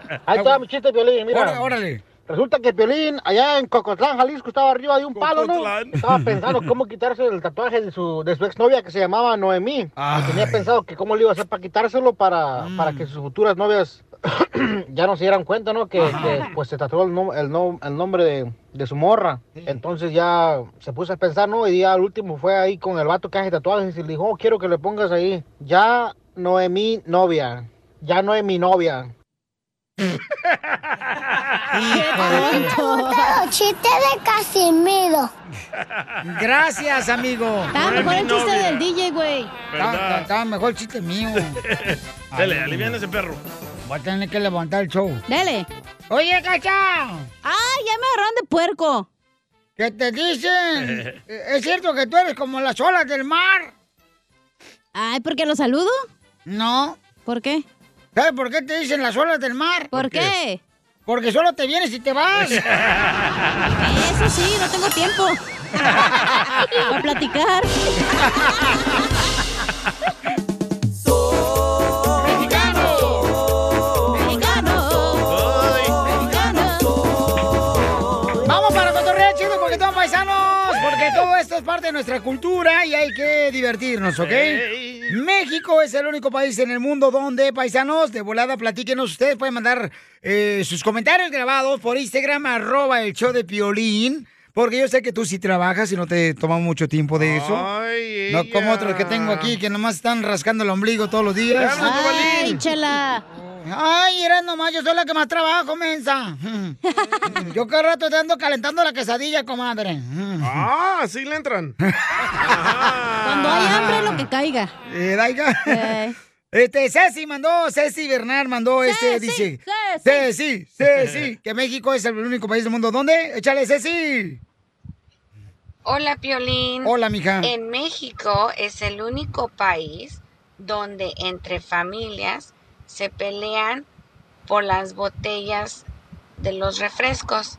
Ahí está mi chiste, Piolín, mira.
Órale, órale.
Resulta que Piolín, allá en Cocotlán, Jalisco, estaba arriba de un palo, ¿no?
Cocotlán.
Estaba pensando cómo quitarse el tatuaje de su, de su exnovia que se llamaba Noemí.
Ah.
Y Tenía pensado que cómo le iba a hacer para quitárselo para,
Mm.
para que sus futuras novias ya no se dieran cuenta, ¿no? Que, que, pues se tatuó el, nom- el nom- el nombre de, de su morra. Entonces ya se puso a pensar, ¿no? Y ya al último fue ahí con el vato que hace tatuajes y le dijo, "Oh, quiero que le pongas ahí. Ya Noemí novia. Ya Noemí novia.
chiste de Casimiro.
Gracias, amigo.
Estaba mejor el chiste del DJ, güey.
¿Verdad?
Estaba mejor el chiste mío.
Dele, alivian ese perro.
Voy a tener que levantar el show.
Dele.
Oye, cacha.
Ah, ya me agarraron de puerco.
¿Qué te dicen? Eh, ¿Es cierto que tú eres como las olas del mar?
Ay, ¿por qué lo saludo?
No.
¿Por qué?
¿Sabes por qué te dicen las olas del mar?
¿Por qué?
Porque solo te vienes y te vas.
Eso sí, no tengo tiempo. Para platicar.
Vamos para cotorrear chido porque todos paisanos, porque todo esto es parte de nuestra cultura y hay que divertirnos, ¿ok? México es el único país en el mundo donde, paisanos, de volada, platíquenos. Ustedes pueden mandar eh, sus comentarios grabados por Instagram, arroba el show de Piolín. Porque yo sé que tú sí trabajas y no te toma mucho tiempo de eso. no como otros que tengo aquí que nomás están rascando el ombligo todos los días.
Ay, chela.
Ay, eres nomás, yo soy la que más trabajo, mensa. Yo cada rato te ando calentando la quesadilla, comadre.
Ah, sí le entran.
Cuando hay hambre, lo que caiga.
Eh, Daiga. Este, Ceci mandó, Ceci Bernard mandó, este, dice. Ceci, Ceci, que México es el único país del mundo. ¿Dónde? Échale, Ceci.
Hola, Piolín.
Hola, mija.
En México es el único país donde entre familias se pelean por las botellas de los refrescos.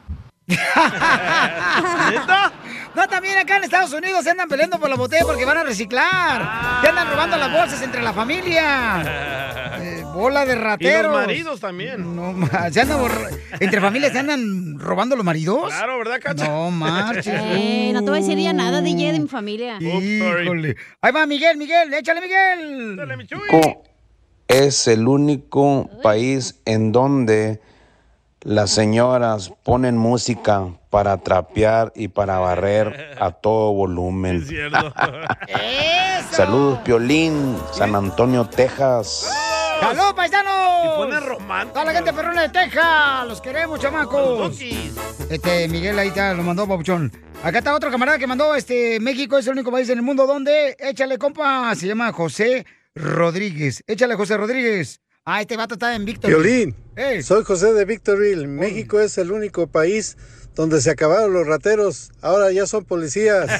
No, también acá en Estados Unidos se andan peleando por la botella porque van a reciclar. Se andan robando las bolsas entre la familia. Eh, bola de rateros.
Y los maridos también.
No, ma- se andan borra- entre familias se andan robando los maridos.
Claro, ¿verdad, Cacha?
No marches.
Eh, no te voy a decir ya nada, DJ, de mi familia.
Híjole. Ahí va Miguel, Miguel, échale Miguel.
México es el único país en donde las señoras ponen música para trapear y para barrer a todo volumen. Saludos, Piolín, San Antonio, Texas.
¡Saludos, paisanos!
Y ponen romántico.
Toda la gente perrona de Texas. Los queremos, chamacos. Este, Miguel ahí está, lo mandó Papuchón. Acá está otro camarada que mandó, este, México es el único país en el mundo donde, échale compa, se llama José Rodríguez. Échale, José Rodríguez. Ah, este vato está en Víctor.
Violín, soy José de Victorville. México es el único país donde se acabaron los rateros. Ahora ya son policías.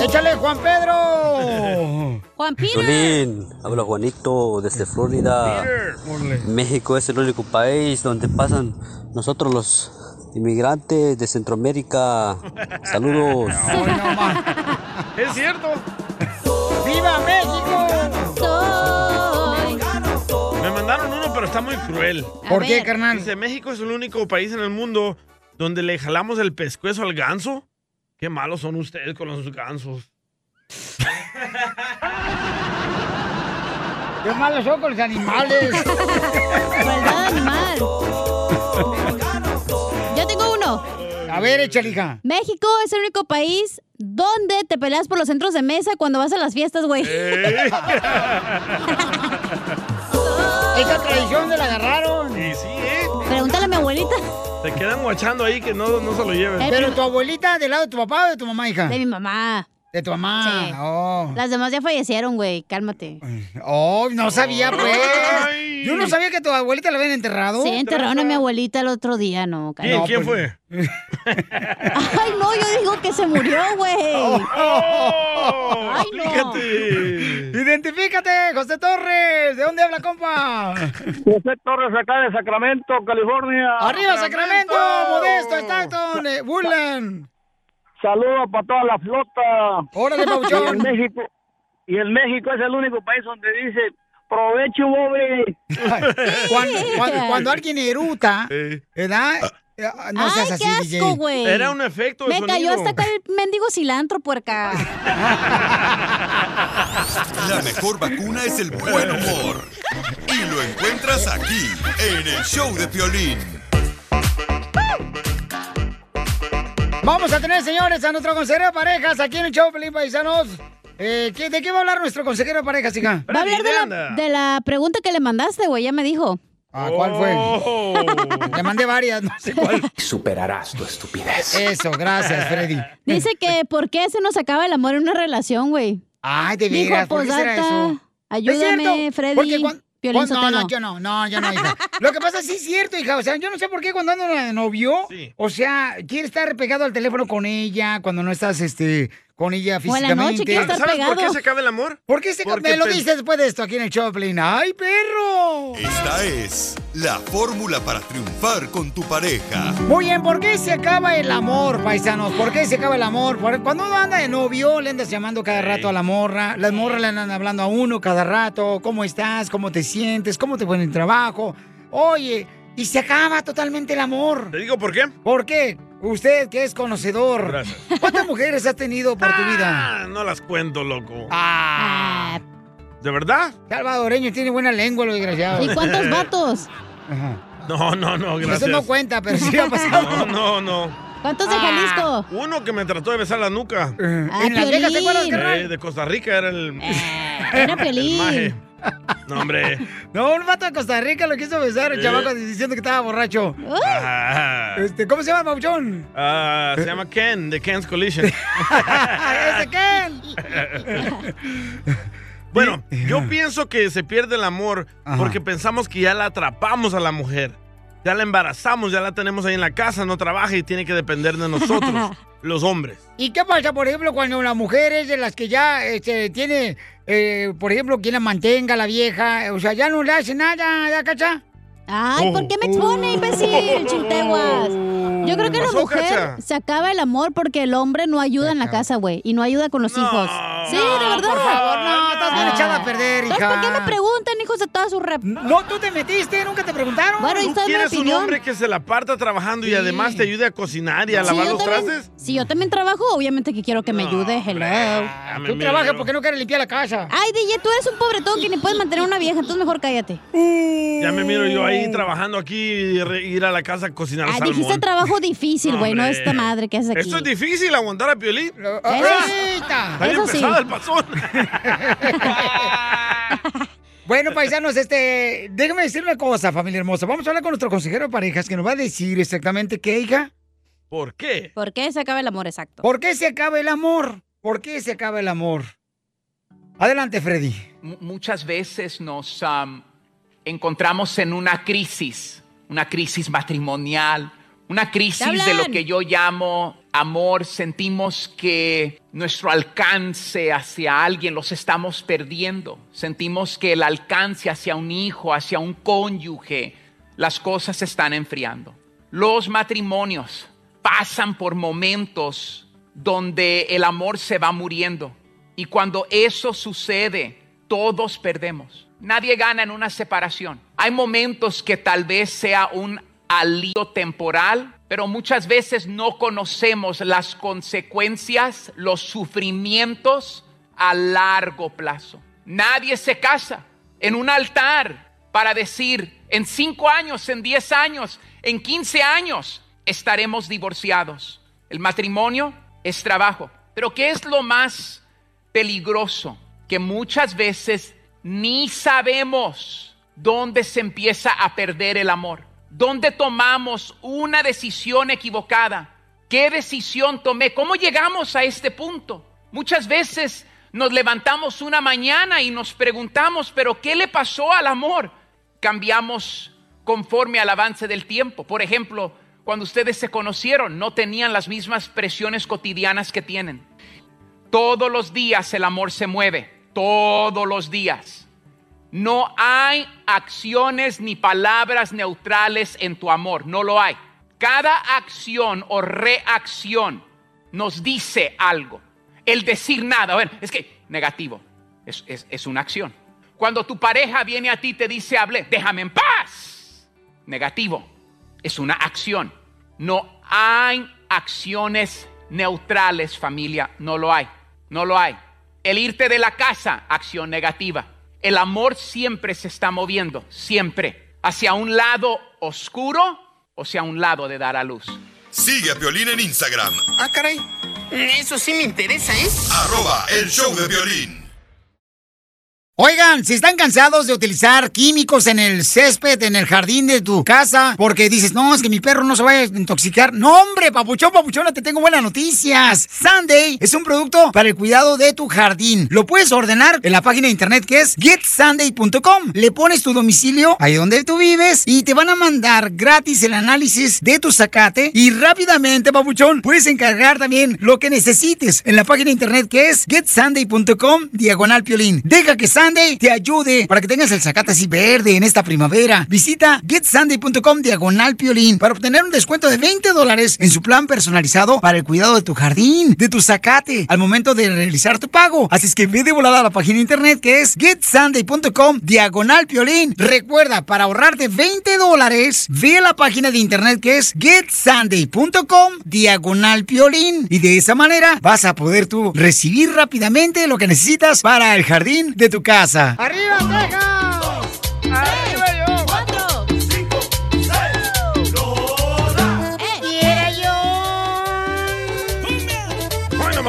Échale, Juan Pedro.
Juan
Violín, habla Juanito desde Florida. México es el único país donde pasan nosotros los inmigrantes de Centroamérica. Saludos.
Es cierto.
¡Viva México!
Me mandaron uno, pero está muy cruel.
Ah, ¿Por qué, carnal?
Dice, México es el único país en el mundo donde le jalamos el pescuezo al ganso. Qué malos son ustedes con los gansos.
Qué malos son con los animales.
Maldad animal. Yo tengo uno.
A ver, échale, hija.
México es el único país donde te peleas por los centros de mesa cuando vas a las fiestas, güey.
Eh,
¡Eh! Esta tradición de la agarraron.
Sí, sí, ¿eh?
Pregúntale a mi abuelita.
Te quedan guachando ahí que no, no se lo lleven.
Eh, Pero tu abuelita, ¿del lado de tu papá o de tu mamá, hija?
De mi mamá.
De tu mamá.
Sí.
Oh.
Las demás ya fallecieron, güey. Cálmate.
Oh, no sabía, pues. Yo no sabía que tu abuelita la habían enterrado.
Sí, enterraron a mi abuelita el otro día, no.
¿Quién?
cállate.
¿Quién
fue?
Ay, no, yo digo que se murió, güey.
Oh.
Ay, no.
Identifícate, José Torres. ¿De dónde habla, compa?
José Torres, acá de Sacramento, California.
Arriba, Sacramento. Modesto, Stockton, eh, Woodland.
Saludos para toda la flota.
Órale,
Y
Pabuchón.
en México, y en México es el único país donde dice, provecho, bobe.
Cuando, cuando- cuando alguien eruta, ¿verdad? Eh, No seas
Ay,
así,
qué asco,
DJ.
güey. Me cayó hasta acá el mendigo cilantro, puerca.
La mejor vacuna es el buen humor. Y lo encuentras aquí, en el show de Piolín.
Vamos a tener, señores, a nuestro consejero de parejas aquí en el show, Felipe Paisanos. Eh, ¿qué- ¿De qué va a hablar nuestro consejero de parejas, hija?
Va a hablar de la, de la pregunta que le mandaste, güey, ya me dijo.
Ah, ¿cuál fue? Le mandé varias, no sé cuál.
Superarás tu estupidez.
Eso, gracias, Freddy.
Dice que ¿por qué se nos acaba el amor en una relación, güey?
Ay, de veras, ¿por qué será eso?
Ayúdame,
¿Es cierto?
Freddy.
Porque cuan-
Piolín
cuan- no, no,
Sotelo".
yo no, no, yo no, hija. Lo que pasa sí es cierto, hija. O sea, yo no sé por qué cuando ando de novio, o sea, quiere estar pegado al teléfono con ella cuando no estás este, con ella
O en la
físicamente.
noche quiere estar Ah, ¿Sabes por qué pegado? se acaba el amor?
¿Por qué se
Porque
Me lo
pe-
dices después de esto aquí en el Choplin. ¡Ay, perro!
Esta es la fórmula para triunfar con tu pareja.
Muy bien, ¿por qué se acaba el amor, paisanos? ¿Por qué se acaba el amor? Por- Cuando uno anda de novio, le andas llamando cada rato a la morra, las morras le andan hablando a uno cada rato, ¿cómo estás? ¿Cómo te sientes? ¿Cómo te fue en el trabajo? Oye, y se acaba totalmente el amor. ¿Te
digo por qué?
¿Por qué? Usted que es conocedor. ¿Cuántas mujeres has tenido por tu vida?
Ah, no las cuento, loco.
Ah.
¿De verdad?
Salvadoreño tiene buena lengua, lo desgraciado.
¿Y cuántos
vatos?
No, no, no, gracias.
Pues Eso no cuenta, Ah, pero sí ha pasado.
No, no, no.
¿Cuántos
Ah.
de Jalisco?
Uno que me trató de besar la nuca.
Ah, ¿en Las Vegas te acuerdas, Piolín. Eh. carnal?
Eh, de Costa Rica era el.
Era
el maje.
Piolín.
No, hombre.
No, un vato de Costa Rica lo quiso besar, el
Eh.
chamaco, diciendo que estaba borracho.
Ah,
Este, ¿Cómo se llama, Mauchón?
ah, se llama Ken, de Ken's Collision.
¡Ese Ken!
bueno, yo pienso que se pierde el amor porque pensamos que ya la atrapamos a la mujer. Ya la embarazamos, ya la tenemos ahí en la casa, no trabaja y tiene que depender de nosotros, los hombres.
¿Y qué pasa, por ejemplo, cuando la mujer es de las que ya este, tiene, eh, por ejemplo, quien la mantenga, la vieja? eh, O sea, ya no le hace nada, ¿ya cacha? Oh.
Ay, ¿por qué me expone, imbécil, chinteguas? Yo creo que la
pasó,
mujer
Cacha?
se acaba el amor porque el hombre no ayuda en la casa, güey, y no ayuda con los hijos. Sí, de verdad.
por favor, no, estás bien
Ah.
echada a perder,
¿Sabes
hija.
por qué me preguntan, hijos de toda su rep?
No, tú te metiste, nunca te preguntaron.
Bueno, y
¿Tú
esta es mi
quieres un
opinión.
hombre que se la parta trabajando y además te ayude a cocinar y a lavar
yo
los
también,
trastes?
si yo también trabajo, obviamente que quiero que me ayude, hello.
me
Tú
miro.
trabajas porque no quieres limpiar la casa.
Ay, DJ, tú eres un pobretón que ni puedes mantener una vieja, entonces mejor cállate.
Mm.
Ya me miro yo ahí trabajando aquí y re- ir a la casa a cocinar
Ah,
salmón.
dijiste trabajo difícil, güey, no
Hombre.
esta madre que haces aquí.
Esto es difícil aguantar a Piolín.
ah, ¡Ahorita!
Está bien pesada el pasón.
Bueno, paisanos, este, déjame decir una cosa, familia hermosa. Vamos a hablar con nuestro consejero de parejas que nos va a decir exactamente qué, hija.
¿Por qué?
¿Por qué se acaba el amor exacto?
¿Por qué se acaba el amor? ¿Por qué se acaba el amor? Adelante, Freddy.
mu- muchas veces nos am, encontramos en una crisis, una crisis matrimonial, una crisis de lo
hablan?
que yo llamo amor. Sentimos que nuestro alcance hacia alguien los estamos perdiendo. Sentimos que el alcance hacia un hijo, hacia un cónyuge, las cosas se están enfriando. Los matrimonios pasan por momentos donde el amor se va muriendo. Y cuando eso sucede, todos perdemos. Nadie gana en una separación. Hay momentos que tal vez sea un alivio temporal, pero muchas veces no conocemos las consecuencias, los sufrimientos a largo plazo. Nadie se casa en un altar para decir en cinco años, en 10 años, en 15 años estaremos divorciados. El matrimonio es trabajo. Pero ¿qué es lo más peligroso que muchas veces ni sabemos dónde se empieza a perder el amor, dónde tomamos una decisión equivocada, qué decisión tomé, cómo llegamos a este punto. Muchas veces nos levantamos una mañana y nos preguntamos, pero ¿qué le pasó al amor? Cambiamos conforme al avance del tiempo. Por ejemplo, cuando ustedes se conocieron, no tenían las mismas presiones cotidianas que tienen. Todos los días el amor se mueve, todos los días. No hay acciones ni palabras neutrales en tu amor, no lo hay. Cada acción o reacción nos dice algo. El decir nada, bueno, es que negativo, es, es- es una acción. Cuando tu pareja viene a ti y te dice, hable, déjame en paz. Negativo, es una acción. No hay acciones neutrales, familia. No lo hay. No lo hay. El irte de la casa, acción negativa. El amor siempre se está moviendo, siempre. Hacia un lado oscuro o hacia un lado de dar a luz.
Sigue a Piolín en Instagram,
Ah, caray. Eso sí me interesa, ¿eh?
arroba el show de violín.
Oigan, si están cansados de utilizar químicos en el césped, en el jardín de tu casa, porque dices, no, es que mi perro no se vaya a intoxicar. No, hombre, papuchón, papuchona, te tengo buenas noticias. Sunday es un producto para el cuidado de tu jardín. Lo puedes ordenar en la página de internet que es getsunday.com. Le pones tu domicilio ahí donde tú vives y te van a mandar gratis el análisis de tu zacate y rápidamente, papuchón, puedes encargar también lo que necesites en la página de internet que es getsunday.com diagonal piolín. Deja que Sunday te ayude para que tengas el zacate así verde en esta primavera. Visita getsunday.com diagonal piolín para obtener un descuento de 20 dólares en su plan personalizado para el cuidado de tu jardín, de tu zacate, al momento de realizar tu pago. Así es que ve de volada a la página de internet que es getsunday.com diagonal piolín. Recuerda, para ahorrarte 20 dólares, ve a la página de internet que es getsunday.com diagonal piolín. Y de esa manera vas a poder tú recibir rápidamente lo que necesitas para el jardín de tu casa.
¡Arriba, Texas! ¡Arriba yo! ¡Cuatro! ¡Cinco! ¡Seis! ¡Loda!
¡Quiera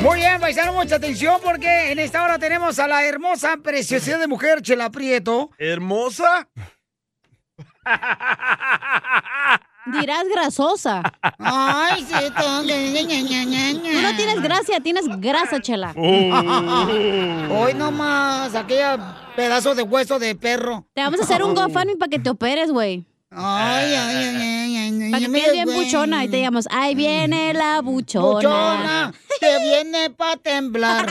Muy bien, paisano, mucha atención porque en esta hora tenemos a la hermosa preciosidad de mujer, Chela Prieto.
¿Hermosa?
Dirás grasosa.
Ay, sí,
Tú no tienes gracia, tienes grasa, chela.
Uh. Hoy nomás, aquella pedazo de hueso de perro.
Te vamos a hacer un GoFundMe para que te operes, güey.
Ay, ay, ay, ay, ay, ay.
Para que quedes bien buchona y te digamos, ahí viene la buchona.
Buchona, te viene pa' temblar.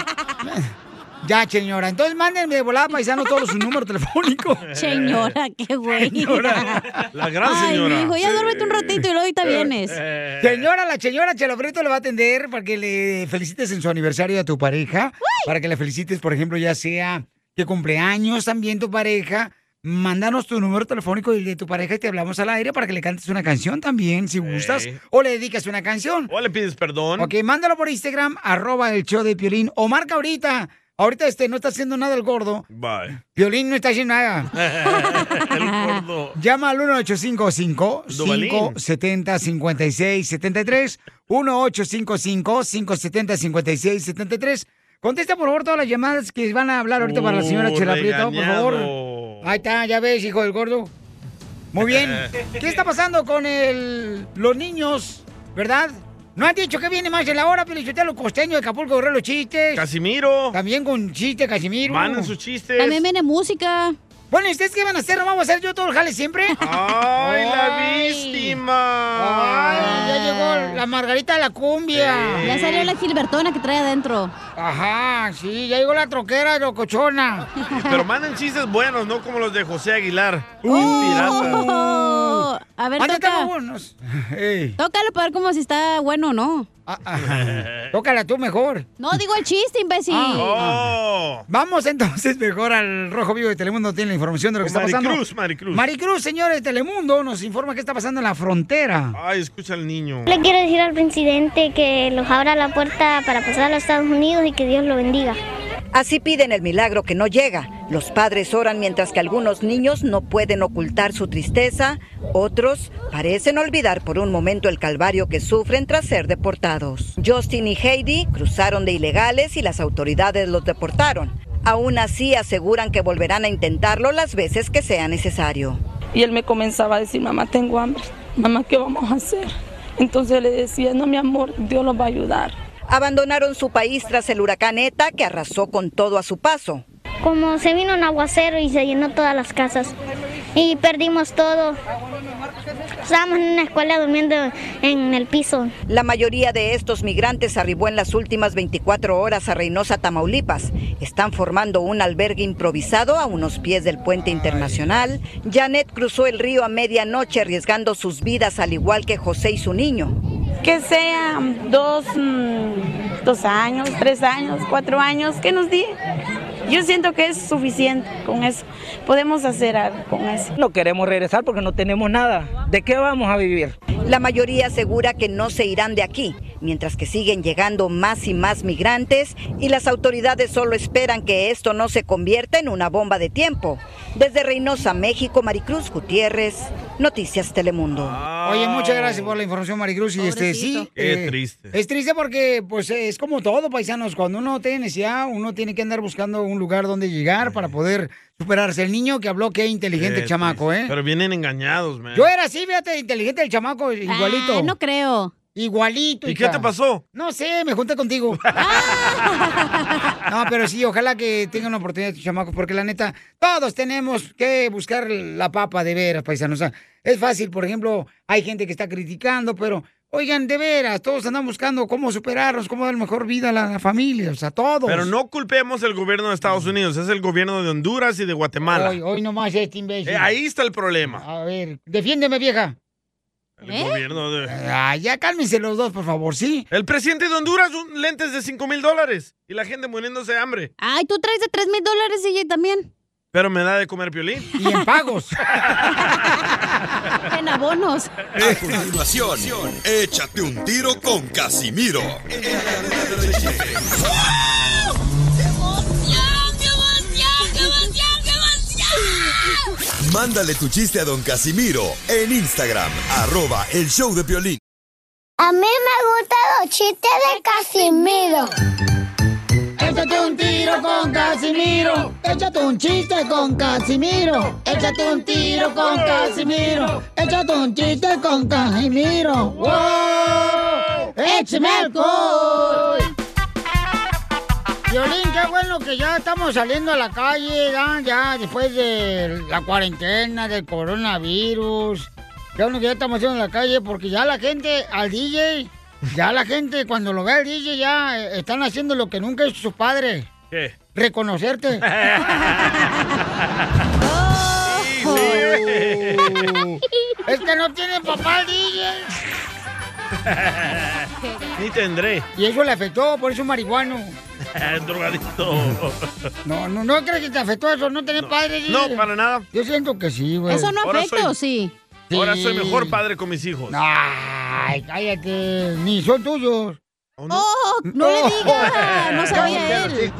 Ya, señora. Entonces mándenme de volada, paisano, todos su número telefónico.
Señora, qué güey.
Señora. Eh,
La
Ay, mijo, ya duérmete un ratito y luego ahorita vienes.
Señora, la señora Chelofrito le va a atender para que le felicites en su aniversario a tu pareja. Para que le felicites, por ejemplo, ya sea que cumpleaños también tu pareja. Mándanos tu número telefónico y el de tu pareja y te hablamos al aire para que le cantes una canción también, si gustas. O le dedicas una canción.
O le pides perdón.
Ok, mándalo por Instagram, arroba el show de Piolín. O marca ahorita. Ahorita este no está haciendo nada el gordo.
Bye.
Piolín no está haciendo nada.
El gordo.
Llama al 1855
Duvalín.
570 5673 1855 570 5673 Contesta, por favor, todas las llamadas que van a hablar ahorita para la señora
Uh,
Chela Prieto, por
regañado.
favor. Ahí está, ya ves, hijo del gordo. Muy bien. ¿Qué está pasando con el, los niños, verdad? ¿No han dicho que viene más de la hora, pero yo te lo costeño de Acapulco, Guerrero, los chistes?
Casimiro.
También con chiste, Casimiro.
Manden sus chistes.
También viene música.
Bueno, ¿y ustedes qué van a hacer? ¿No vamos a hacer yo todo el jale siempre?
¡Ay, la
víctima! ¡Ay, ya llegó la Margarita de la cumbia!
Ya salió la Gilbertona que trae adentro.
Ajá, sí, ya llegó la troquera locochona.
Pero manden chistes buenos, no como los de José Aguilar.
eh,
Oh, a ver,
Mándate
toca.
más buenos. Ey.
Tócalo para ver como si está bueno o no.
Pirata.
Tócala tú mejor.
No, digo el chiste, imbécil.
Oh.
Ah. Vamos entonces mejor al Rojo Vivo de Telemundo. Tiene la información de lo que
Con
está pasando.
Maricruz, Maricruz.
Maricruz, señores de Telemundo, nos informa qué está pasando en la frontera.
Ay, escucha al niño.
Le quiero decir al presidente que los abra la puerta para pasar a los Estados Unidos y que Dios lo bendiga.
Así piden el milagro que no llega. Los padres oran mientras que algunos niños no pueden ocultar su tristeza, otros parecen olvidar por un momento el calvario que sufren tras ser deportados. Justin y Heidi cruzaron de ilegales y las autoridades los deportaron. Aún así aseguran que volverán a intentarlo las veces que sea necesario.
Y él me comenzaba a decir, mamá, tengo hambre, mamá, ¿qué vamos a hacer? Entonces le decía, no, mi amor, Dios los va a ayudar.
Abandonaron su país tras el huracán ETA que arrasó con todo a su paso.
Como se vino un aguacero y se llenó todas las casas y perdimos todo. Estábamos en una escuela durmiendo en el piso.
La mayoría de estos migrantes arribó en las últimas 24 horas a Reynosa, Tamaulipas. Están formando un albergue improvisado a unos pies del puente internacional. Janet cruzó el río a medianoche arriesgando sus vidas al igual que José y su niño.
Que sean dos, mm, dos años, tres años, cuatro años, que nos di. Yo siento que es suficiente con eso. Podemos hacer algo con eso.
No queremos regresar porque no tenemos nada. ¿De qué vamos a vivir?
La mayoría asegura que no se irán de aquí, mientras que siguen llegando más y más migrantes y las autoridades solo esperan que esto no se convierta en una bomba de tiempo. Desde Reynosa, México, Maricruz Gutiérrez, Noticias Telemundo.
Oye, muchas gracias por la información, Maricruz. Y este, sí.
Qué triste.
Es triste porque, pues, es como todo, paisanos. Cuando uno tiene necesidad, uno tiene que andar buscando un lugar donde llegar para poder superarse. El niño que habló que es inteligente,
Qué
el chamaco, ¿eh?
triste. Este, Pero vienen engañados, man.
Yo era así, fíjate, inteligente el chamaco, igualito.
Ah, no creo.
Igualito.
¿Y qué te pasó?
No sé, me junté contigo.
Ah.
no, pero sí, ojalá que tengan una oportunidad estos chamacos, porque la neta, todos tenemos que buscar la papa de veras, paisanos. O sea, es fácil, por ejemplo, hay gente que está criticando, pero oigan, de veras, todos andan buscando cómo superarnos, cómo dar mejor vida a la, la familia, o sea, todos.
Pero no culpemos el gobierno de Estados Unidos, es el gobierno de Honduras y de Guatemala.
Hoy, hoy nomás este imbécil.
Eh, ahí está el problema.
A ver, defiéndeme, vieja.
El ¿Eh? gobierno de...
Ay, ya cálmense los dos, por favor, sí.
El presidente de Honduras, un- lentes de 5 mil dólares y la gente muriéndose de hambre.
Ay, tú traes de 3 mil dólares y ella también.
Pero me da de comer piolín.
Y en pagos.
En abonos.
A continuación, échate un tiro con Casimiro. Mándale tu chiste a don Casimiro en Instagram, arroba el show de Piolín.
A mí me gustan los chistes de Casimiro.
Échate un tiro con Casimiro. Échate un chiste con Casimiro. Échate un tiro con Casimiro. Échate un chiste con Casimiro. ¡Wow! ¡Échame alcohol! Violín, qué bueno que ya estamos saliendo a la calle, ya, ya después de la cuarentena, del coronavirus. Qué bueno que ya estamos saliendo a la calle porque ya la gente, al DJ, ya la gente cuando lo ve al DJ ya eh, están haciendo lo que nunca hizo su padre,
¿Qué?
reconocerte. Es que no tiene papá el DJ.
Ni tendré.
Y eso le afectó, por eso es marihuano.
Eh, Drogadito.
No, no, no crees que te afectó eso, no tener padre.
No,
para
nada.
Yo siento que sí, güey.
¿Eso no Ahora afecta soy- o
sí?
Ahora
Sí.
soy mejor padre con mis hijos.
Ay, cállate, ni son tuyos. Oh,
no? no le diga, no sabía él.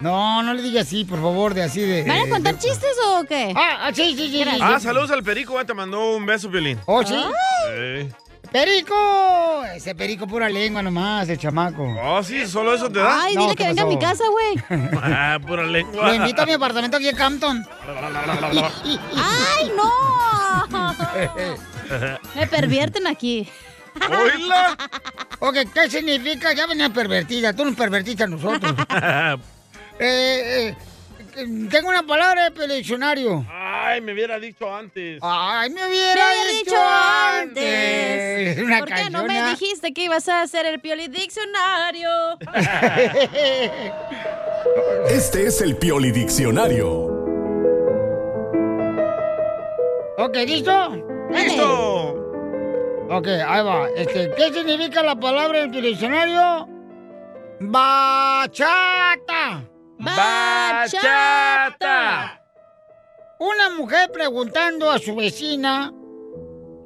No, no le digas así, por favor, de así de.
¿Van a contar chistes o qué?
Ah, sí, sí, sí.
Ah, saludos al perico, eh, te mandó un beso, Piolín.
Oh, ¿sí?
Sí.
¡Perico! Ese perico pura lengua nomás, el chamaco.
Oh, sí, solo eso te da.
Ay, No, dile que ¿qué venga a pasó? mi casa,
güey.
Ah, pura lengua.
Lo invito a mi apartamento aquí en Campton.
¡Ay, no! Me pervierten aquí.
¡Oíla!
Ok, ¿qué significa? Ya venía pervertida, tú nos pervertiste a nosotros. Eh, eh, tengo una palabra del diccionario.
Ay, me hubiera dicho antes.
Ay, me hubiera dicho antes. Es una
¿Por qué no me
canchona.
dijiste que ibas a hacer el Pioli Diccionario?
Este es el Pioli Diccionario.
Ok, ¿listo? ¡Listo! Ok, ahí va. Este, ¿Qué significa la palabra en tu diccionario? Bachata. Bachata. Una mujer preguntando a su vecina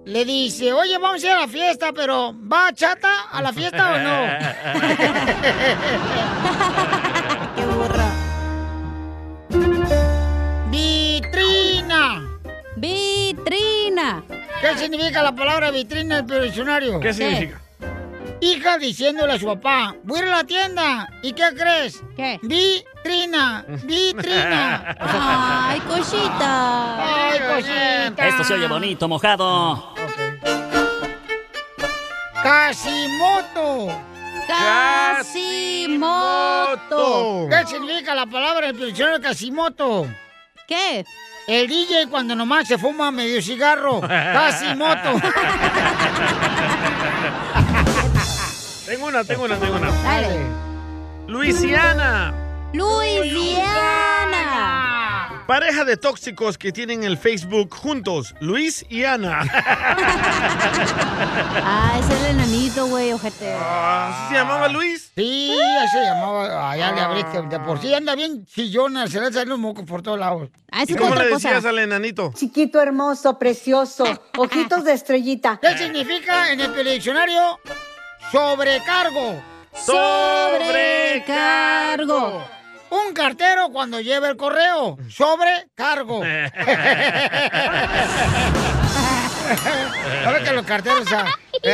le dice, oye, vamos a ir a la fiesta, pero ¿va chata a la fiesta o no? ¡Qué burra! Vitrina.
Vitrina.
¿Qué significa la palabra vitrina en el diccionario?
¿Qué significa?
Hija diciéndole a su papá, voy a ir a la tienda. ¿Y qué crees? ¿Qué? Vitrina, vitrina.
Ay, cosita.
Ay, cosita.
Esto se oye bonito, mojado.
Casimoto.
Casimoto.
¿Qué significa la palabra del diccionario Casimoto? ¿Qué? El DJ cuando nomás se fuma medio cigarro. Casimoto.
Tengo una, tengo una, tengo una.
Dale.
Luisiana.
Luisiana.
Pareja de tóxicos que tienen el Facebook juntos, Luis y Ana.
Ah, es el enanito, güey, ojete.
Ah.
¿Se llamaba Luis?
Sí, ya se llamaba. Ah, ya le abriste. De por sí anda bien chillona. Se le salen los mocos por todos lados.
Ah,
¿Y cómo le decías al enanito?
Chiquito, hermoso, precioso. Ojitos de estrellita. ¿Qué significa en el diccionario? Sobrecargo.
Sobrecargo.
Un cartero cuando lleva el correo. Sobrecargo. Ahora que los carteros ah,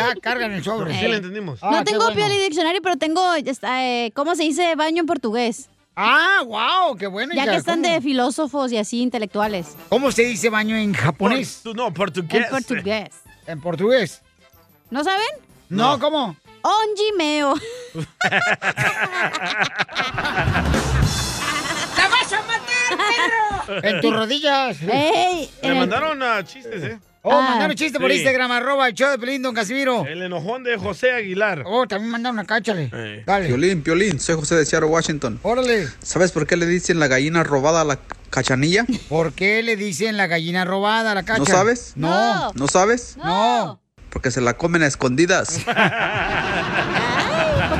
ah, cargan el Ah, sobre.
Sí, le entendimos.
no tengo Pioli Diccionario, pero tengo, eh, ¿cómo se dice baño en portugués?
Ah, wow, qué bueno.
Ya
hija,
que están de filósofos y así intelectuales.
¿Cómo se dice baño en japonés?
no, portugués.
En portugués.
¿En portugués?
¿No saben?
No, ¿cómo?
Onjimeo.
¡La vas a
¡Ah,
matar, perro!
En tus rodillas.
Ey,
Le mandaron ah, chistes, ¿eh?
Oh, mandaron chiste por
Sí.
Instagram, arroba el show de Pelín, don Casimiro.
El enojón de José Aguilar. Eh.
Oh, también mandaron acá, cáchale. Dale.
Piolín, Piolín, soy José de Seattle, Washington.
Órale.
¿Sabes por qué le dicen la gallina robada a la cachanilla?
¿Por qué le dicen la gallina robada a la cacha?
¿No sabes?
No.
¿No sabes?
No.
Porque se la comen a escondidas.
¿Por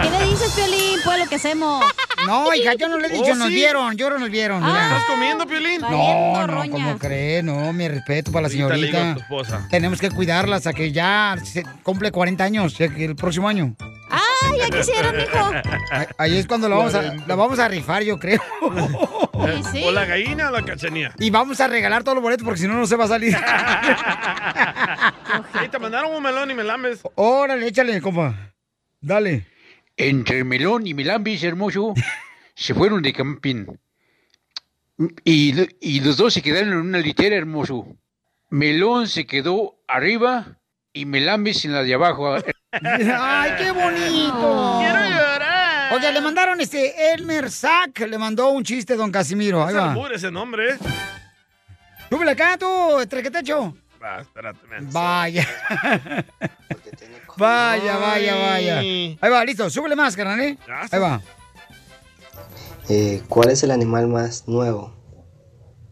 qué le dices, Piolín? Pues lo que hacemos. Ah.
No, hija, yo no le he dicho, nos vieron, yo no nos vieron. mira.
Oh, Ah, ¿Estás comiendo, Piolín?
No, no, ¿cómo cree? No, mi respeto para la
Ahorita le digo a
señorita.
tu esposa.
Tenemos que cuidarla hasta que ya se cumple 40 años, ya que el próximo año.
¡Ah,
ya quisieron, mijo!
A- Ahí es cuando la vamos a, la vamos a rifar, yo creo.
sí.
¿O la gallina o la cachanilla?
Y vamos a regalar todos los boletos porque si no, no se va a salir.
Ahí te mandaron un melón y melames.
Oh, Órale, échale, compa. Dale.
Entre Melón y Melambis, hermoso, se fueron de camping. Y, lo- y los dos se quedaron en una litera, hermoso. Melón se quedó arriba y Melambis en la de abajo.
¡Ay, qué bonito!
Quiero
llorar. Oye, le mandaron este Elmer Sack, le mandó un chiste don Casimiro. Ahí
Es
va.
albur ese nombre, ¿eh?
Súbele acá tú, trequetecho.
Va, espérate, man.
Vaya. vaya, vaya, vaya. Ahí
Ay.
va, listo. Súbele más, carnal, ¿eh? Ahí va.
Eh, ¿Cuál es el animal más nuevo?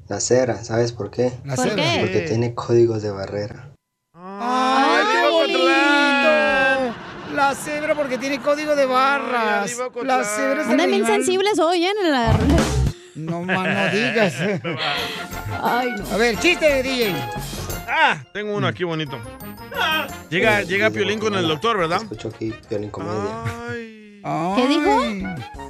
La cera, ¿sabes por qué?
La ¿Por cera. qué?
Porque tiene códigos de barrera.
¡Ay, qué bonito! La cebra porque tiene código de barras. la cebra es el
Andan bien
animal-
sensibles hoy, ¿eh? En la ruleta.
No, ma, no digas. eh.
Ay, no.
A ver, chiste, DJ.
Ah, tengo uno aquí bonito. Llega,
Sí,
llega
sí,
Piolín con el doctor, ¿verdad?
Escucho aquí Piolín Comedia.
¿Qué dijo?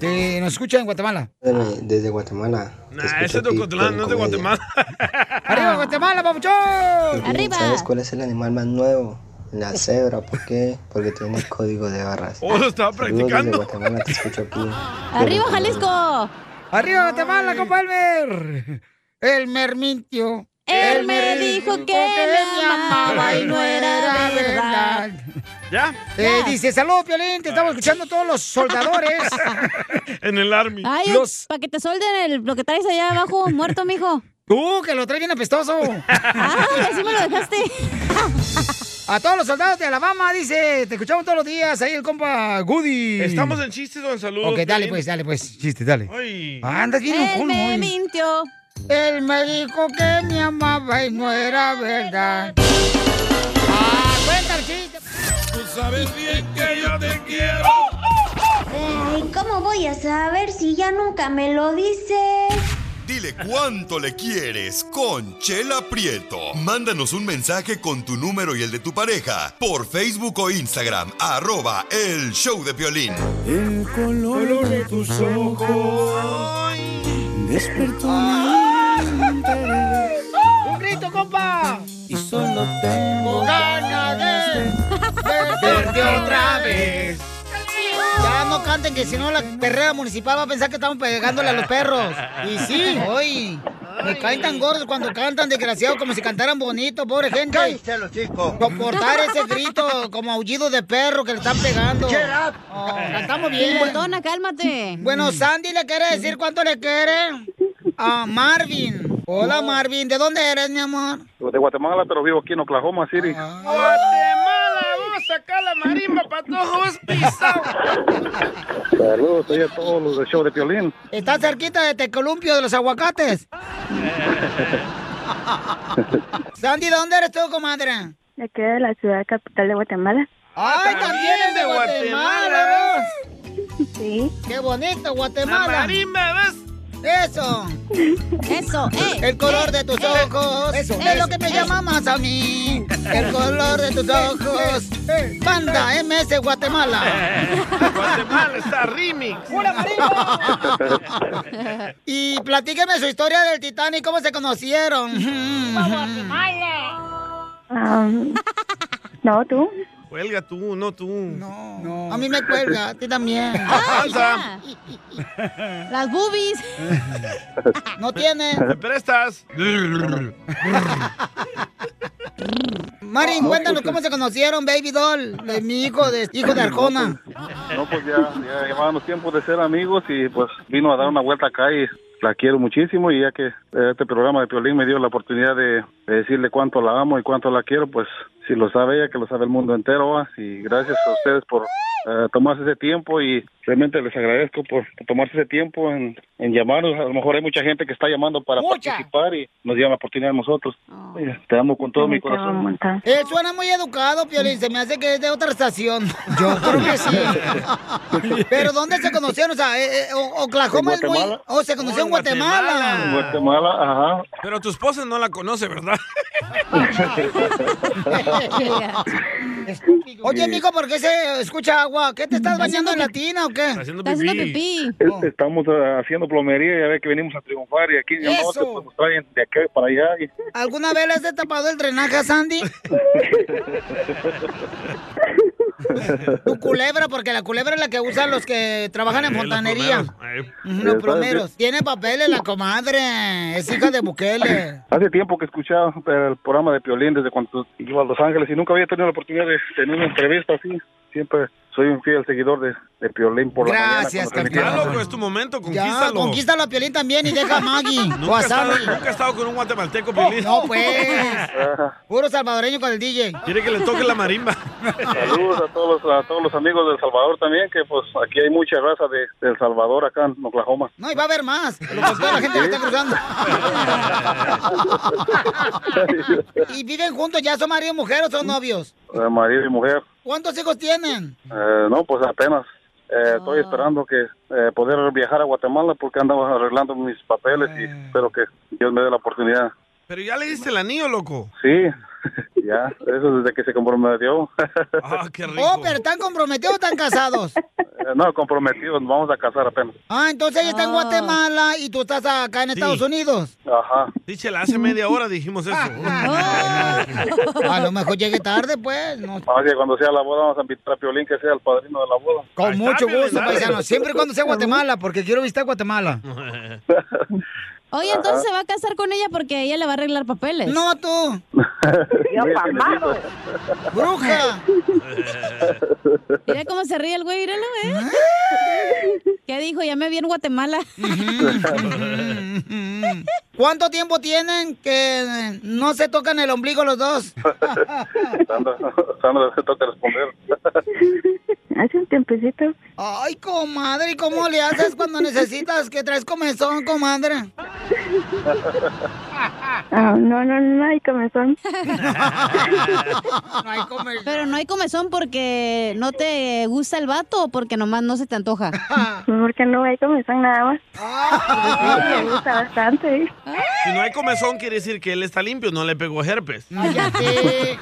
Que nos escucha en Guatemala.
Desde- Desde Guatemala. te
Nah,
escucho
ese es de
aquí,
Ocotlán, no es de
Piolín Comedia.
Guatemala.
Ah.
¡Arriba, Guatemala, papuchón!
Piolín, ¿Sabes cuál es el animal más nuevo? La cebra, ¿por qué? Porque tiene código de barras.
Oh, lo estaba
Saludos desde
practicando.
Guatemala, te escucho aquí.
¡Arriba, Jalisco!
¡Arriba, Guatemala, compa Elmer! Elmer mintió.
Él me dijo que me amaba y no era verdad.
¿Ya?
Eh, dice, saludos, Piolín, te estamos escuchando todos los soldadores.
En el Army.
Ay, para que te solden el- lo que traes allá abajo, muerto, mijo.
Tú, que lo traes bien apestoso.
Ah, así me lo dejaste.
A todos los soldados de Alabama, dice, te escuchamos todos los días, ahí el compa Goody.
¿Estamos en chistes o en saludos?
Ok, dale
Piolín?
pues, dale pues, chiste, dale.
Ay.
Ah, andas bien enojón hoy.
mintió.
Él me dijo que me amaba y no era verdad. Ah, cuenta el chiste.
Tú sabes bien que yo te quiero.
Ay, ¿cómo voy a saber si ya nunca me lo dices?
Dile cuánto le quieres con Chela Prieto. Mándanos un mensaje con tu número y el de tu pareja por Facebook o Instagram, arroba el show de Piolín.
El color de tus ojos despertó mi interés
¡Un grito, compa!
y solo tengo
ganas de
verte otra vez.
Ya no canten, que si no la perrera municipal va a pensar que estamos pegándole a los perros. Y sí, hoy me caen tan gordos cuando cantan, desgraciados, como si cantaran bonito, pobre gente. Soportar ese grito como aullido de perro que le están pegando. Oh, cantamos bien.
Botona, cálmate.
Bueno, Sandy le quiere decir cuánto le quiere a Marvin. Hola, Marvin. ¿De dónde eres, mi amor?
De Guatemala, pero vivo aquí en Oklahoma City.
Ah.
Guatemala, vamos a sacar la marimba para todos pisados.
Saludos oye, a todos los del show de Piolín.
¿Estás cerquita de Tecolumpio de los aguacates? Sandy, ¿de dónde eres tú, comadre?
De aquí de la ciudad capital de Guatemala.
¡Ay, Ah, también es de Guatemala!
Sí.
¡Qué bonito, Guatemala!
La
marimba, ¿ves? ¡Eso!
¡Eso!
el color de tus ojos
eso,
es
eso,
lo que me llama más a mí. El color de tus ojos. Banda MS Guatemala.
Guatemala está remix.
¡Hola, Y platíqueme su historia del Titanic, cómo se conocieron.
Am, no, tú.
Cuelga tú, no tú. No.
A mí me cuelga, a ti también.
Ay, ya.
Las boobies. No tienen.
¿Me prestas?
Marin, cuéntanos cómo se conocieron, baby doll, de mi hijo, de hijo de Arjona.
No, pues ya, ya llevaban los tiempos de ser amigos y pues vino a dar una vuelta acá y la quiero muchísimo y ya que eh, este programa de Piolín me dio la oportunidad de, de decirle cuánto la amo y cuánto la quiero, pues si lo sabe ella, que lo sabe el mundo entero. ¿va? Y gracias a ustedes por eh, tomarse ese tiempo y realmente les agradezco por tomarse ese tiempo en, en llamarnos. A lo mejor hay mucha gente que está llamando para
Mucha.
participar y nos dio la oportunidad a nosotros. Mira, Oh. Te amo con todo mi corazón.
Él Eh, suena muy educado, Piolín. Se me hace que es de otra estación. Yo creo que sí. Pero ¿dónde se conocieron? O sea, eh, eh, o- Oklahoma
¿En
es muy.
Guatemala?
O se conoció en
En
Guatemala.
Guatemala, ajá.
Ah. Pero tu esposa no la conoce, ¿verdad?
Oye, mijo, ¿por qué se escucha agua? ¿Qué te estás bañando en latina o qué?
haciendo Está haciendo pipí. Es-
Oh.
Estamos eh, haciendo plomería, ya ve que venimos a triunfar y aquí llamamos
Eso.
pues, nos traen de acá para allá. y-
¿Alguna vez le has tapado el drenaje a Sandy? Tu culebra, porque la culebra es la que usan los que trabajan en fontanería. Ujú, Los
Eh,
plomeros. Tiene papeles la comadre. Es hija de Bukele.
Hace tiempo que escuchaba el programa de Piolín desde cuando iba a Los Ángeles y nunca había tenido la oportunidad de tener una entrevista así. Siempre soy un fiel seguidor de, de Piolín por
Gracias,
la mañana. cuando transmitía.
Ya, loco, es tu momento,
Ya,
conquístalo.
conquístalo a Piolín también y deja a Maggie.
Nunca he, estado,
Wasabi.
nunca he estado con un guatemalteco, Piolín.
No, pues. Puro salvadoreño con el DJ.
Quiere que le toque la marimba.
Saludos a todos, los, a todos los amigos del Salvador también, que pues aquí hay mucha raza de, de El Salvador acá en Oklahoma.
No, y va a haber más. Lo más la gente que está cruzando. ¿Y viven juntos? ¿Ya son marido y mujer o son novios?
Eh, marido y mujer.
¿Cuántos hijos tienen?
Eh, no, pues apenas. Eh, Estoy esperando que eh, poder viajar a Guatemala porque andamos arreglando mis papeles y espero que Dios me dé la oportunidad.
Pero ya le diste el anillo, loco.
Sí, ya, eso desde que se comprometió.
Oh, pero están comprometidos o están casados.
Eh, no, comprometidos, nos vamos a casar apenas.
Ah, entonces ella está en Guatemala y tú estás acá en Estados Unidos.
Ajá.
Díchela, hace media hora dijimos eso.
A lo mejor llegue tarde, pues. No.
Así que Ah, cuando sea la boda vamos a invitar a Piolín que sea el padrino de la boda.
Con mucho gusto, paisano. Siempre y cuando sea Guatemala, porque quiero visitar Guatemala.
Oye, entonces se va a casar con ella porque ella le va a arreglar papeles.
No, tú. ¡Bruja!
Mira cómo se ríe el güey, míralo,
Ah.
¿eh? ¿Qué dijo? Ya me vi en Guatemala.
¿Cuánto tiempo tienen que no se tocan el ombligo los dos?
Sandra, Sandra, te toca responder.
Hace un tiempecito.
Ay, comadre, ¿y cómo le haces cuando necesitas que traes comezón, comadre?
Ah, no, no, no hay comezón.
Pero no hay comezón porque no te gusta el vato o porque nomás no se te antoja.
Porque no hay comezón nada más.
Ah.
Me gusta bastante.
Si no hay comezón, quiere decir que él está limpio, no le pegó herpes.
Cállate.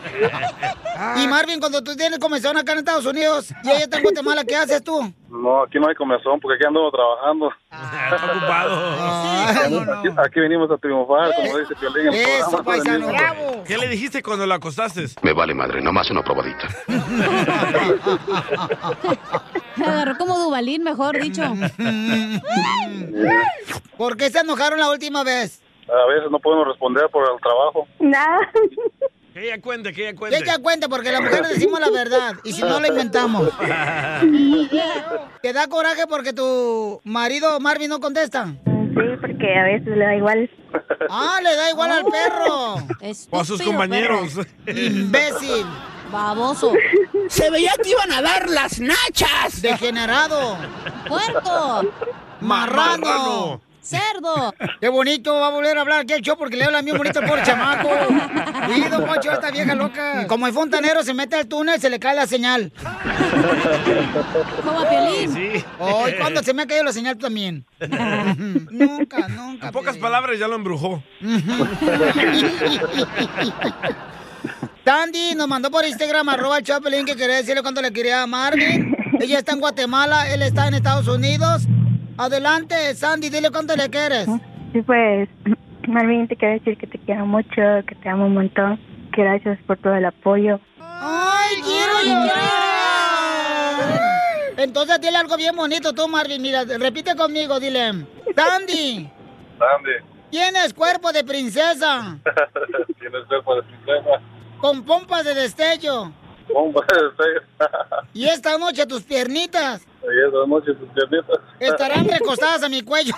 Y Marvin, cuando tú tienes comezón acá en Estados Unidos y ella está en Guatemala, ¿qué haces tú?
No, aquí no hay comezón porque aquí andamos trabajando.
Está ocupado.
Aquí, aquí venimos a triunfar, como dice Piolín. en El
Eso,
programa. pues,
paisano. ¿Qué le dijiste cuando la acostaste?
Me vale madre, nomás una probadita.
Me agarró como Dubalín, mejor dicho.
¿Por qué se enojaron la última vez?
A veces no podemos responder por el trabajo.
Nada.
Que ella cuente, que ella
Que
cuente.
ella cuente, porque las mujeres decimos la verdad y si no la inventamos. ¿Te da coraje porque tu marido Marvin no contesta?
Sí, porque a veces le da igual.
Ah, le da igual al perro.
Pues,
O a sus compañeros.
Imbécil. Baboso.
Se veía que iban a dar las nachas.
Degenerado. Puerco. Marrano.
Marrano.
Cerdo. Qué bonito, va a volver a hablar aquí el show porque le habla bien bonito por chamaco. Y don Poncho, esta vieja loca. Como el fontanero se mete al túnel, se le cae la señal. Como a Piolín.
Sí.
Hoy, cuando se me ha caído la señal tú también. nunca, nunca.
En pocas palabras ya lo embrujó.
Tandy nos mandó por Instagram, arroba el Chapelín, que quería decirle cuánto le quería a Marvin. Ella está en Guatemala, él está en Estados Unidos. Adelante, Sandy, dile cuánto le quieres.
Sí, pues, Marvin, te quiero decir que te quiero mucho, que te amo un montón, gracias por todo el apoyo.
¡Ay, quiero llorar! Entonces dile algo bien bonito tú, Marvin. Mira, repite conmigo, dile. Dandy,
Andy,
tienes cuerpo de princesa,
tienes cuerpo de princesa.
con pompas de destello.
Bomba de estrellas.
Y esta noche tus piernitas
Y esa noche tus piernitas.
estarán recostadas a mi cuello.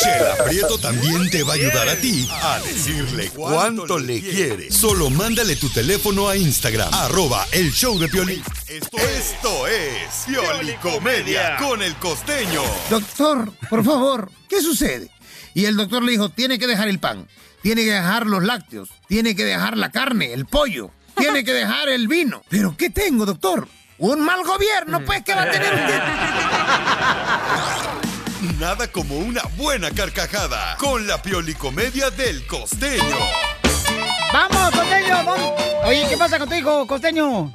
Chela Prieto también te va a ayudar a ti a decirle cuánto le quiere. Solo mándale tu teléfono a Instagram, arroba el show de Piolín. Esto, esto es Piolicomedia con el costeño.
Doctor, por favor, ¿qué sucede? Y el doctor le dijo, tiene que dejar el pan, tiene que dejar los lácteos, tiene que dejar la carne, el pollo, tiene que dejar el vino. ¿Pero qué tengo, doctor? Un mal gobierno, pues, que va a tener usted.
Nada como una buena carcajada con la Piolicomedia del costeño.
¡Vamos, Costeño! vamos! Oye, ¿qué pasa contigo, Costeño?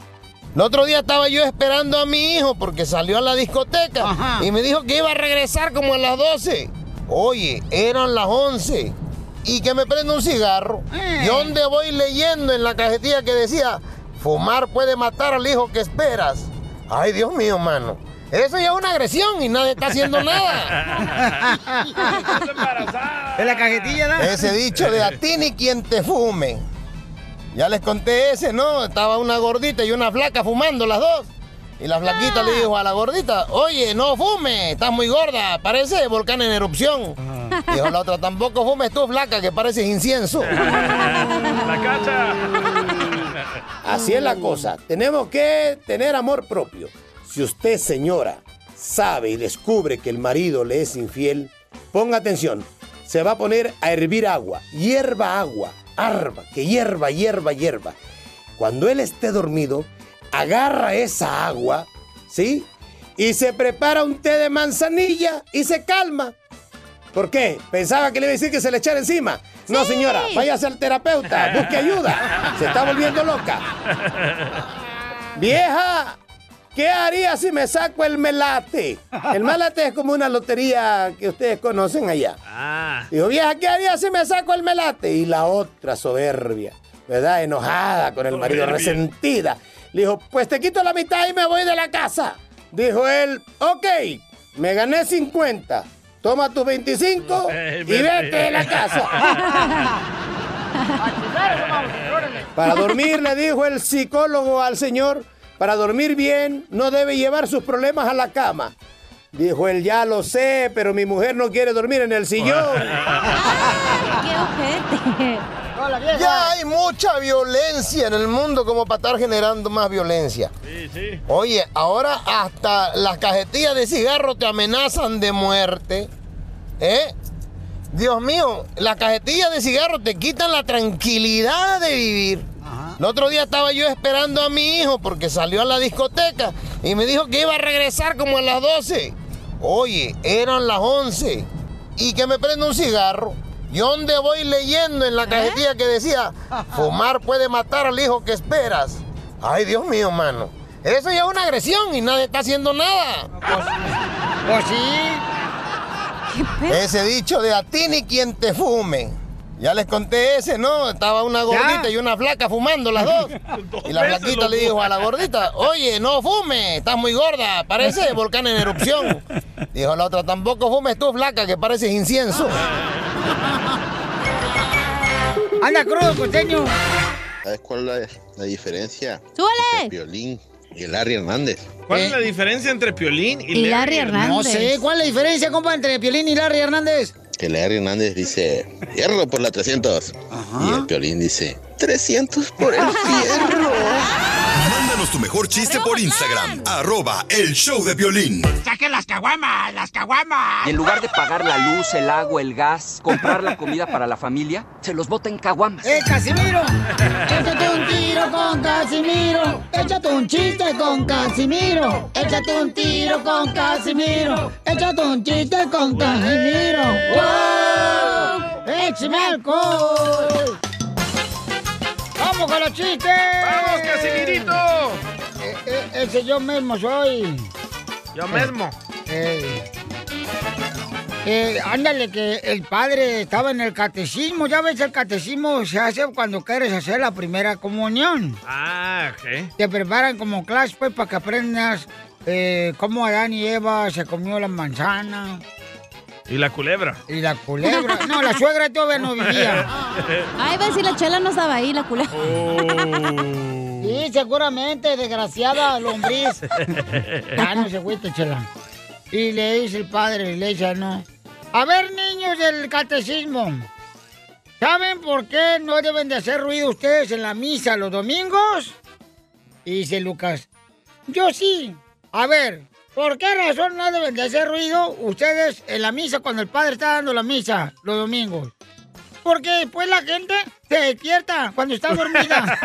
El otro día estaba yo esperando a mi hijo porque salió a la discoteca y me dijo que iba a regresar como a las 12. Oye, eran las 11 y que me prende un cigarro.
Eh.
¿Y dónde voy leyendo en la cajetilla que decía, fumar puede matar al hijo que esperas? Ay, Dios mío, mano. Eso ya es una agresión y nadie está haciendo nada.
En la cajetilla, ¿no?
Ese dicho de a ti ni quien te fume. Ya les conté ese, ¿no? Estaba una gordita y una flaca fumando las dos. Y la flaquita le dijo a la gordita, oye, no fume, estás muy gorda, parece volcán en erupción. Dijo la otra, tampoco fumes tú, flaca, que pareces incienso.
La
Así es la cosa. Tenemos que tener amor propio. Si usted, señora, sabe y descubre que el marido le es infiel, ponga atención. Se va a poner a hervir agua. Hierba agua. Arba. Que hierba, hierba, hierba. Cuando él esté dormido, agarra esa agua, ¿sí? Y se prepara un té de manzanilla y se calma. ¿Por qué? Pensaba que le iba a decir que se le echara encima. No,
Sí.
señora, váyase al terapeuta, busque ayuda. Se está volviendo loca. Vieja, ¿qué haría si me saco el melate? El melate es como una lotería que ustedes conocen allá. Dijo, vieja, ¿qué haría si me saco el melate? Y la otra soberbia, ¿verdad? Enojada con el marido,
Soberbia.
resentida. Le dijo, pues te quito la mitad y me voy de la casa. Dijo él, ok, me gané 50. Toma tus 25
Eh,
y vete de la casa. Para dormir, le dijo el psicólogo al señor, para dormir bien no debe llevar sus problemas a la cama. Dijo él, ya lo sé, pero mi mujer no quiere dormir en el sillón. Ya hay mucha violencia en el mundo como para estar generando más violencia.
Sí, sí.
Oye, ahora hasta las cajetillas de cigarro te amenazan de muerte. ¿Eh? Dios mío, las cajetillas de cigarro te quitan la tranquilidad de vivir. El otro día estaba yo esperando a mi hijo porque salió a la discoteca y me dijo que iba a regresar como a las 12. Oye, eran las 11 y que me prende un cigarro. ¿Y dónde voy leyendo en la cajetilla que decía, fumar puede matar al hijo que esperas? Ay, Dios mío, mano. Eso ya es una agresión y nadie está haciendo nada. Pues sí. Ese dicho de a ti ni quien te fume. Ya les conté ese, ¿no? Estaba una gordita y una flaca fumando las dos. Y la
veces,
flaquita le
loco.
dijo a la gordita, oye, no fume, estás muy gorda, parece volcán en erupción. Dijo la otra, tampoco fumes tú, flaca, que pareces incienso.
Anda crudo, costeño.
¿Sabes cuál es la, la diferencia?
¡Súbele!
Violín y Larry Hernández.
Eh.
¿Cuál es la diferencia entre Piolín y,
No sé, ¿cuál es la diferencia, compa, entre Piolín y Larry Hernández?
Que Larry Hernández dice, hierro por la 300. Y el Piolín dice,
300 por el fierro.
Mándanos tu mejor chiste por Instagram, arroba el show de Piolín.
¡Saquen las caguamas! ¡Las caguamas!
Y en lugar de pagar la luz, el agua, el gas, comprar la comida para la familia, se los bota en caguamas.
¡Eh, Casimiro! Échate un tiro con Casimiro. Échate un chiste con Casimiro. Échate un tiro con Casimiro. Échate un chiste con Casimiro. ¡Wow! ¡Échame alcohol! ¡Vamos con los chistes! ¡Vamos,
Casimirito!
Eh, ese yo mismo soy.
Yo mismo.
Ey. Eh, ándale, que el padre estaba en el catecismo. Ya ves, el catecismo se hace cuando quieres hacer la primera comunión.
Ah, ok.
Te preparan como clase, pues, para que aprendas eh, cómo Adán y Eva se comió la manzana.
¿Y la culebra?
Y la culebra. No, la suegra todavía no vivía.
Ay, va a decir la chela no estaba ahí, la culebra.
Sí, seguramente, desgraciada lombriz. Ah, no se agüite, chela. Y le dice el padre, le dice, no. A ver, niños del catecismo. ¿Saben por qué no deben de hacer ruido ustedes en la misa los domingos? Y dice Lucas. Yo sí. A ver, ¿por qué razón no deben de hacer ruido ustedes en la misa cuando el padre está dando la misa los domingos? Porque después la gente se despierta cuando está dormida.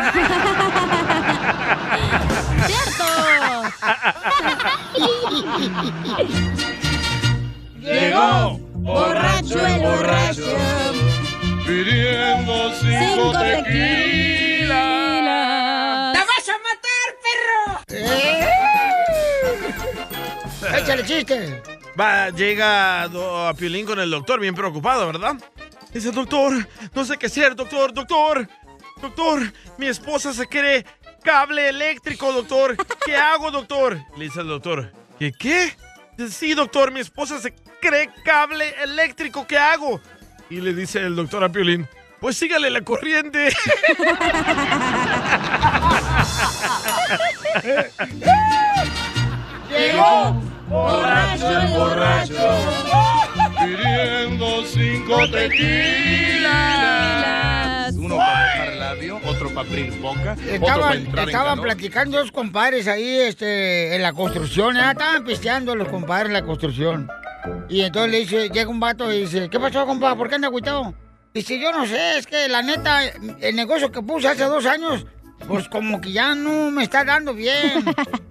Llegó borracho el borracho pidiendo cinco, tequilas.
¡Te vas a matar,
¿Eh?
perro! Échale chiste.
Va, llega do- a Piolín con el doctor, bien preocupado, ¿verdad? Dice, doctor, no sé qué hacer, doctor, doctor, doctor, mi esposa se cree cable eléctrico, doctor. ¿Qué hago, doctor? Le dice el doctor, ¿qué qué? Dice, sí, doctor, mi esposa se cree cable eléctrico, ¿qué hago? Y le dice el doctor a Piolín, pues sígale la corriente.
Llegó borracho el borracho pidiendo cinco tequilas.
Uno para dejar el labio, otro para abrir boca, otro para
Estaban,
entrar
estaban
en calor.
platicando dos compadres ahí este, en la construcción. ¿eh? Estaban pisteando los compadres en la construcción. Y entonces le dice, llega un vato y dice, ¿qué pasó, compa? ¿Por qué anda agüitado? Dice, yo no sé, es que la neta, el negocio que puse hace dos años, pues como que ya no me está dando bien.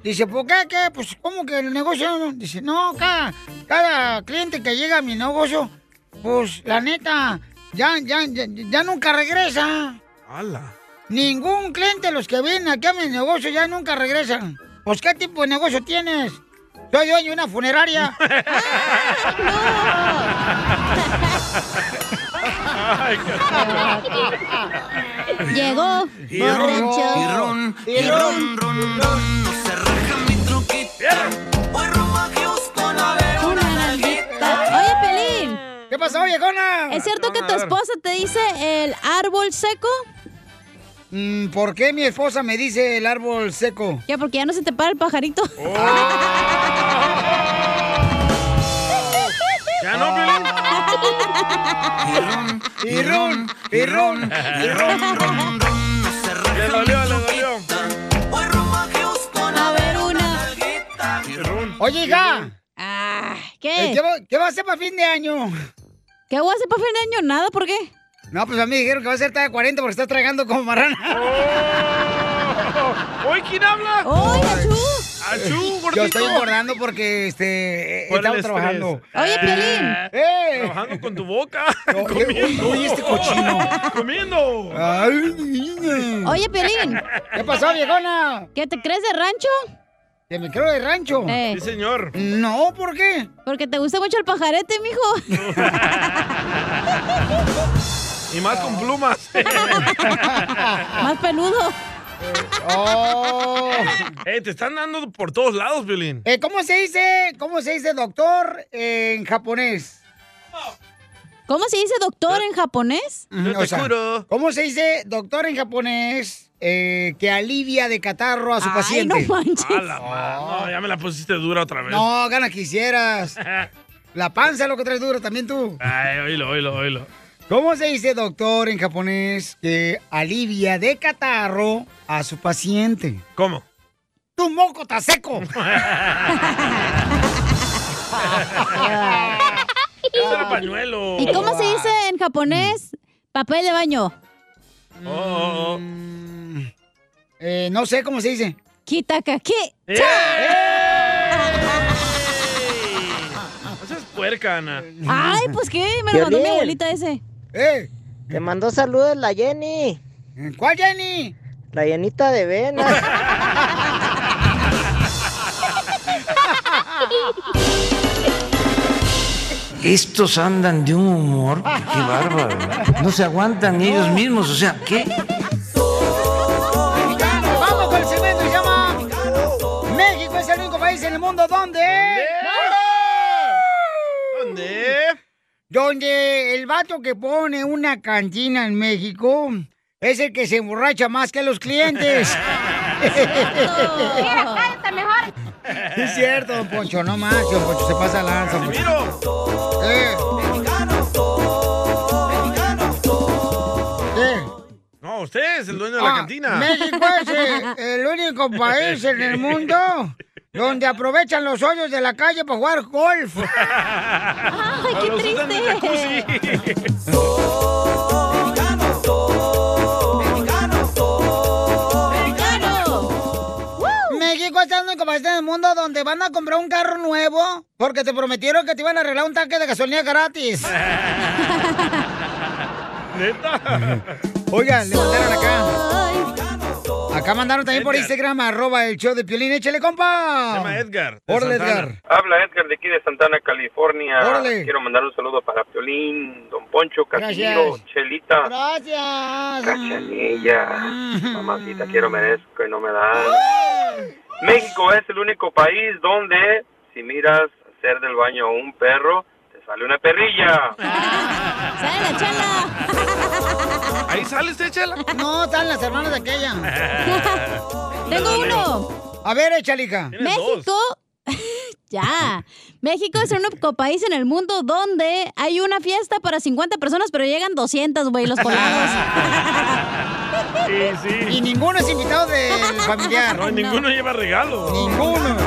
Dice, ¿por qué? ¿Qué? Pues como que el negocio... no? Dice, no, cada, cada cliente que llega a mi negocio, pues la neta, ya, ya, ya, ya nunca regresa.
¡Hala!
Ningún cliente de los que vienen aquí a mi negocio ya nunca regresan. Pues, ¿qué tipo de negocio tienes? Soy dueño de una funeraria.
Ay,
Llegó
Y
borracho.
ron, y ron, y ron, ron, ron, no se raja mi truquita. Voy rumbo a Houston a ver una nalguita.
Oye, Pelín.
¿Qué pasó, viejona?
¿Es cierto que tu esposa te dice el árbol seco?
Mm, ¿Por qué mi esposa me dice el árbol seco?
Ya, porque ya no se te para el pajarito.
¿Ya no, Pelín?
Y ron, y ron,
y ron, ron, ron, no se raja
Le dolió, le dolió.
Voy rumbo a Houston a ver una
Oye, hija.
¿Qué?
Eh, ¿Qué va, qué va a hacer para fin de año?
¿Qué voy a hacer para fin de año? Nada, ¿por qué?
No, pues a mí me dijeron que va a ser talla 40 porque estás tragando como marrana.
¿Hoy quién habla?
¡Hoy, Achú!
¡Achú, gordito!
Yo estoy engordando porque este, he
Por el
estado
estrés.
trabajando.
Oye, Pelín.
¡Eh!
Trabajando con tu boca.
Comiendo. Oye, este cochino.
Comiendo.
Oye, Pelín.
Mm. ¿Qué pasó, viejona?
¿Qué te crees de rancho?
¿Que me creo de rancho?
Eh.
Sí, señor.
No, ¿por qué?
Porque te gusta mucho el pajarete, mijo.
Y más con plumas.
Más peludo.
Oh.
Eh, te están dando por todos lados, Violín.
Eh, ¿Cómo se dice, cómo se dice doctor en japonés? Eh,
¿Cómo se dice doctor en japonés?
O sea, ¿Cómo se dice doctor en japonés eh, que alivia de catarro a su paciente?
no manches.
A la ma- No, ya me la pusiste dura otra vez.
No, gana quisieras. La panza es lo que traes duro también tú.
Ay, oílo, oílo, oílo.
¿Cómo se dice doctor en japonés que alivia de catarro a su paciente?
¿Cómo?
¡Tu moco está seco!
Ese era pañuelo.
Oh.
¿Y cómo se dice en japonés papel de baño?
Oh, oh, oh.
Eh, no sé cómo se dice.
Kitaka, ¿qué?
¡Eh! No seas puerca, Ana.
Ay, pues qué, me lo mandó mi
Piolín.
abuelita ese.
¡Eh!
Te mandó saludos la Jenny.
¿Cuál Jenny?
La llenita de venas.
Estos andan de un humor, qué bárbaro. No se aguantan ellos mismos, o sea, ¿qué?
Vamos con el segmento que se llama México es el único país en el mundo donde. ¿Dónde? Donde el vato que pone una cantina en México es el que se emborracha más que los clientes.
Mira, cállate mejor.
Sí, es cierto, don Poncho, no más, don Poncho, se pasa la lanza, don Poncho. Eh, eh,
No, usted es el dueño de la
ah,
cantina.
México es eh, el único país en el mundo donde aprovechan los hoyos de la calle para jugar golf.
¡Ay, qué triste!
México es el único país en el mundo donde van a comprar un carro nuevo porque te prometieron que te iban a arreglar un tanque de gasolina gratis.
¿Neta?
Oigan, le mandaron acá. Acá mandaron también por Instagram, arroba el show de Piolín. Échale, compa.
Se llama
Edgar. Órale, Edgar.
Habla Edgar de aquí de Santana, California.
Órale.
Quiero mandar un saludo para Piolín, Don Poncho, Casimiro,
Gracias. Mm.
Chelita,
Gracias.
Ella. Mamacita, quiero merezco y no me dan. México es el único país donde si miras hacer del baño a un perro, te sale una perrilla.
¡Sale la chela!
¿Ahí sale usted, chela?
No, están las hermanas de aquella.
Tengo uno.
A ver, échale, hija.
México. ya. México es el único país en el mundo donde hay una fiesta para 50 personas, pero llegan 200, güey, los polanos.
Y ninguno es invitado del familiar.
No, ninguno lleva regalo.
Ninguno.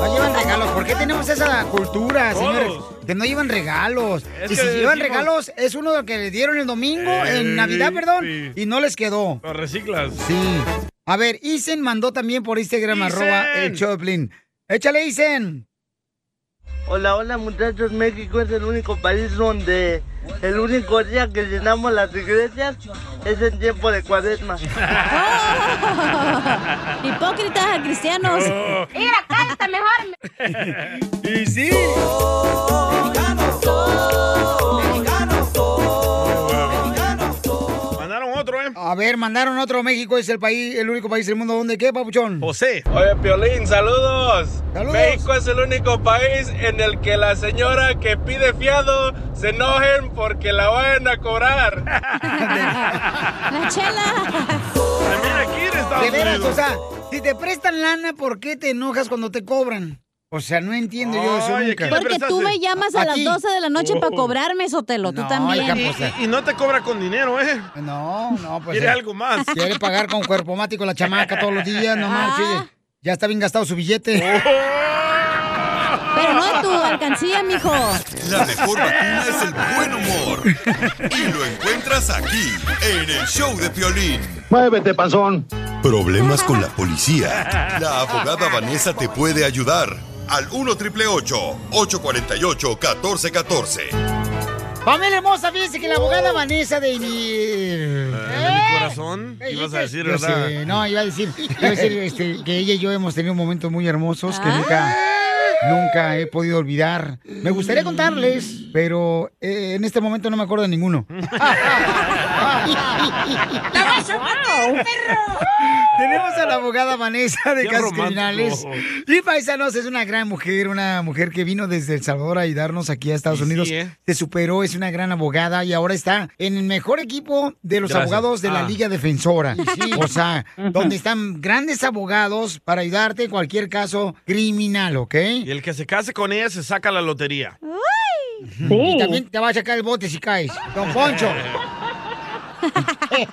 No llevan regalos. ¿Por qué tenemos esa cultura,
Todos.
señores? Que no llevan regalos.
Es
y
que
si llevan
decimos-
regalos, es uno que les dieron el domingo,
Eh,
en Navidad, perdón,
sí.
y no les quedó.
Lo reciclas.
Sí. A ver, Isen mandó también por Instagram,
Isen.
arroba el Choplin. Échale, Isen.
Hola, hola muchachos, México es el único país donde el único día que llenamos las iglesias es en tiempo de cuaresma.
Hipócritas a cristianos.
Mira,
cállate mejor.
Y sí.
Mandaron otro, ¿eh?
A ver, mandaron otro. México es el país, el único país del mundo donde qué, papuchón.
José.
Oye, Piolín, saludos.
Saludos.
México es el único país en el que la señora que pide fiado se enojen porque la van a cobrar.
La chela.
También aquí en Estados
De veras,
Unidos.
o sea, si te prestan lana, ¿por qué te enojas cuando te cobran? O sea, no entiendo yo eso
Ay,
nunca.
aquí le
Porque tú me llamas a
Aquí.
las 12 de la noche para
Oh.
cobrarme, Sotelo. Tú
No,
también.
hija, pues,
Y no te cobra con dinero, ¿eh?
No, no, pues.
Quiere
eh,
algo más.
Quiere pagar con cuerpo mático la chamaca todos los días, no
Ah.
marches. Ya está bien gastado su billete.
Oh.
Pero no en tu alcancía, mijo.
La mejor vacuna es el buen humor. Y lo encuentras aquí, en el show de Piolín.
Muévete, panzón.
Problemas con la policía. La abogada Vanessa te puede ayudar. Al 1 triple 848 1414.
Familia hermosa, fíjense que la abogada Vanessa de mi.
Mi corazón, ibas a decir,
Eh, Yo
¿verdad?
sé, no, iba a decir, iba a decir, este, que ella y yo hemos tenido momentos muy hermosos que nunca, nunca he podido olvidar. Me gustaría contarles, pero eh, en este momento no me acuerdo de ninguno.
¡La vas a matar, perro!
Tenemos a la abogada Vanessa de
Qué
Casos
romántico.
Criminales. Y Paisanos es una gran mujer, una mujer que vino desde El Salvador a ayudarnos aquí a Estados
Y sí,
Unidos.
¿eh?
Se superó, es una gran abogada y ahora está en el mejor equipo de los
Gracias.
abogados de la
Ah.
Liga Defensora.
sí.
O sea,
Ujú.
donde están grandes abogados para ayudarte en cualquier caso criminal, ¿ok?
Y el que se case con ella se saca la lotería.
Y también te va a sacar el bote si caes. Don Poncho.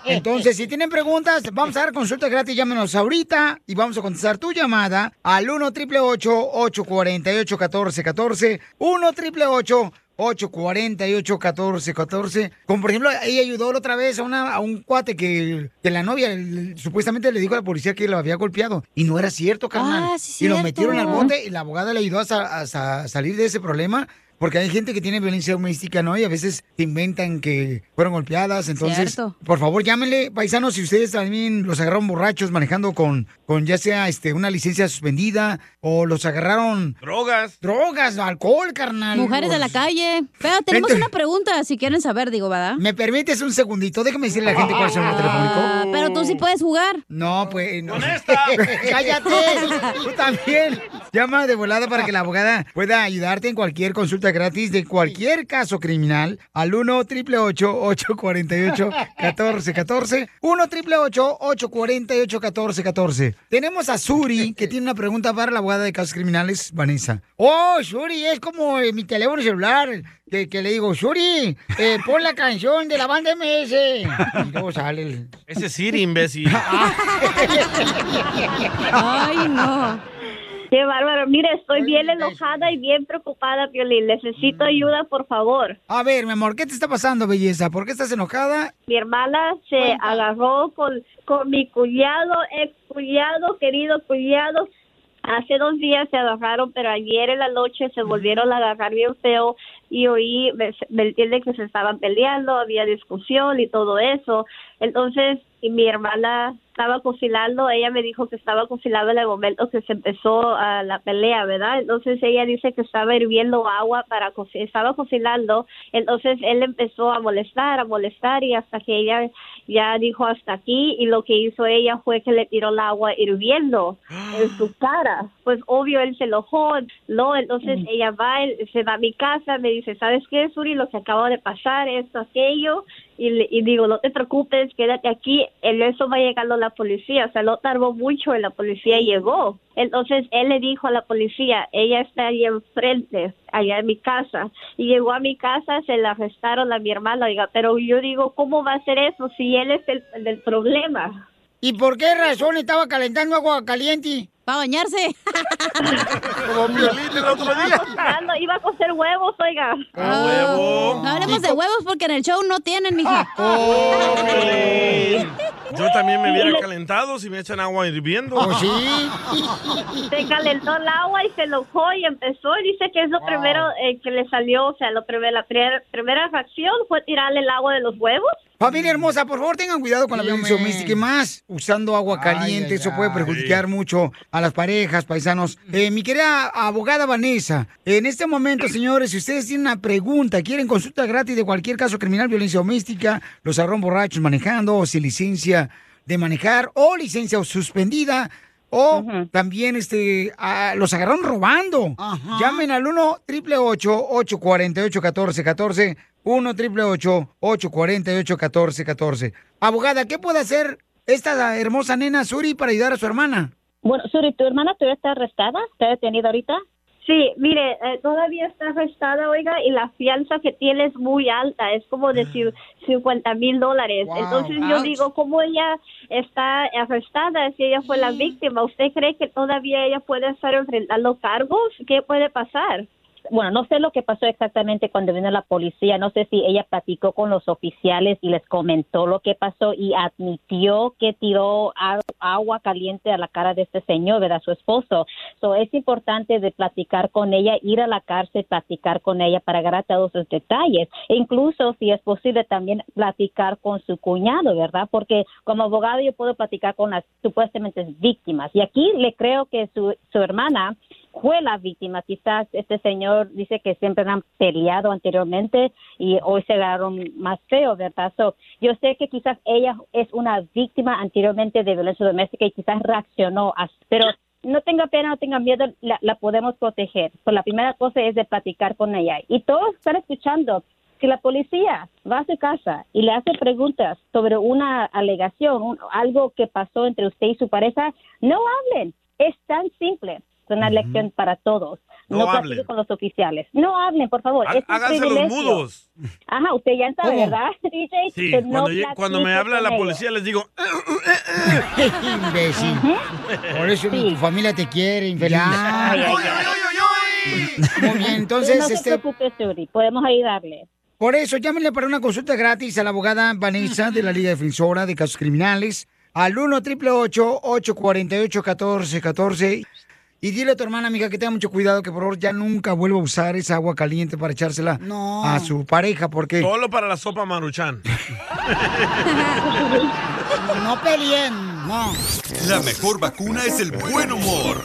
Entonces, si tienen preguntas, vamos a dar consulta gratis. Llámenos ahorita y vamos a contestar tu llamada al 1 888 848 1414 1 888 848 1414 Como por ejemplo, ella ayudó la otra vez a, una, a un cuate que, que la novia el- supuestamente le dijo a la policía que lo había golpeado. Y no era cierto, carnal.
Ah, sí,
y lo
cierto.
metieron al bote y la abogada Este, le ayudó a, sa- a sa- salir de ese problema. Porque hay gente que tiene violencia doméstica, ¿no? Y a veces te inventan que fueron golpeadas. Entonces,
Cierto.
por favor, llámenle, paisanos, si ustedes también los agarraron borrachos manejando con, con ya sea este, una licencia suspendida o O los agarraron.
Drogas.
Drogas, alcohol, carnal.
Mujeres de la calle. Pero tenemos
Vete.
una pregunta, si quieren saber, digo, ¿verdad?
¿Me permites un segundito? Déjame decirle a la gente cuál es el número
Ah,
telefónico.
pero tú sí puedes jugar.
No, pues no. ¡Cállate! Tú también. Llama de volada para que la abogada pueda ayudarte en cualquier consulta gratis de cualquier caso criminal al 1 888 848 1414 1 888 848 1414 Tenemos a Suri que tiene una pregunta para la abogada de casos criminales, Vanessa. Oh, Suri, es como eh, mi teléfono celular. Que, que le digo, Suri, eh, pon la canción de la banda MS. Ah, Y luego sale el-
Ese Siri, imbécil.
Ay, no.
Qué bárbaro. Mira, estoy bien enojada y bien preocupada, Piolín. Necesito ayuda, por favor.
A ver, mi amor, ¿qué te está pasando, belleza? ¿Por qué estás enojada?
Mi hermana se agarró con, con mi cuñado, ex cuñado, querido cuñado. Hace dos días se agarraron, pero ayer en la noche se volvieron a agarrar bien feo y oí, me, me entiende que se estaban peleando, había discusión y todo eso. Entonces, y mi hermana estaba cocinando, ella me dijo que estaba cocinando en el momento que se empezó ah, la pelea, ¿verdad? Entonces ella dice que estaba hirviendo agua para co- estaba cocinando, entonces él empezó a molestar, a molestar y hasta que ella ya dijo hasta aquí y lo que hizo ella fue que le tiró el agua hirviendo en su cara. Pues obvio él se enojó, no, entonces ella va, él se va a mi casa, me dice, ¿sabes qué, Suri? Lo que acaba de pasar, esto, aquello, y, le- y digo, no te preocupes, quédate aquí, en eso va llegando la policía, o sea, no tardó mucho y la policía llegó. Entonces él le dijo a la policía, ella está ahí enfrente, allá en mi casa, y llegó a mi casa, se la arrestaron a mi hermana, oiga, pero yo digo, ¿cómo va a ser eso si él es el, el del problema?
¿Y por qué razón estaba calentando agua caliente?
Para bañarse.
Como Ah,
Piolín el otro día.
Ando, iba a cocer huevos, oiga.
huevo. No hablemos de huevos porque en el show no tienen,
Ah,
mija.
Yo también me hubiera calentado si me echan agua hirviendo.
Oh,
Se calentó el agua y se enojó y empezó y dice que es lo primero eh, que le salió, o sea, lo primer- la primer- primera reacción fue tirarle el agua de los huevos.
Familia hermosa, por favor tengan cuidado con la violencia doméstica y más usando agua caliente. eso puede perjudicar mucho a las parejas, paisanos. Eh, mi querida abogada Vanessa, en este momento, señores, si ustedes tienen una pregunta, quieren consulta gratis de cualquier caso criminal, violencia doméstica, los agarraron borrachos manejando o sin licencia de manejar o licencia suspendida. O también este a- los agarraron robando. Llamen al 1 888 848 1414 1 888 848 1414 Abogada, ¿qué puede hacer esta hermosa nena Suri para ayudar a su hermana?
Bueno, Suri, ¿tu hermana todavía está arrestada? ¿Está detenida ahorita? Sí, mire, eh, todavía está arrestada, oiga, y la fianza que tiene es muy alta, es como de ci- 50 mil dólares.
Ah. Wow.
Entonces yo
Ouch.
digo, ¿cómo ella está arrestada si ella fue la víctima? ¿Usted cree que todavía ella puede estar enfrentando cargos? ¿Qué puede pasar?
Bueno, no sé lo que pasó exactamente cuando vino la policía, no sé si ella platicó con los oficiales y les comentó lo que pasó y admitió que tiró a- agua caliente a la cara de este señor, ¿verdad? Su esposo. So, es importante de platicar con ella, ir a la cárcel, platicar con ella para agarrar todos los detalles. E incluso, si es posible, también platicar con su cuñado, ¿verdad? Porque como abogado yo puedo platicar con las supuestamente víctimas. Y aquí le creo que su, su hermana fue la víctima. Quizás este señor dice que siempre han peleado anteriormente y hoy se agarraron más feo, ¿verdad? So, yo sé que quizás ella es una víctima anteriormente de violencia doméstica y quizás reaccionó, as- pero no tenga pena, no tenga miedo, la, la podemos proteger. So, la primera cosa es de platicar con ella. Y todos están escuchando. Si la policía va a su casa y le hace preguntas sobre una alegación, un- algo que pasó entre usted y su pareja, no hablen. Es tan simple. Es una lección para todos.
No
No, platique
hablen.
con los oficiales. No hablen, por favor.
Há-
es un
Háganse los
privilegio.
mudos.
Ajá, usted ya sabe,
¿Cómo?
¿verdad, DJ?
Sí,
Que no
cuando, lle- cuando me
platique
habla
con
la
ellos.
policía les digo,
Imbécil. Por eso ni tu familia te quiere, infeliz.
Ay, ay,
Muy bien, entonces,
no se
este,
preocupe, Suri, podemos ayudarle.
por eso llámenle para una consulta gratis a la abogada Vanessa de la Liga Defensora de Casos Criminales al 1 888 848 1414 y dile a tu hermana, amiga, que tenga mucho cuidado, que por favor ya nunca vuelva a usar esa agua caliente para echársela
No.
a su pareja, porque...
solo para la sopa maruchan.
No peleen, no.
La mejor vacuna es el buen humor.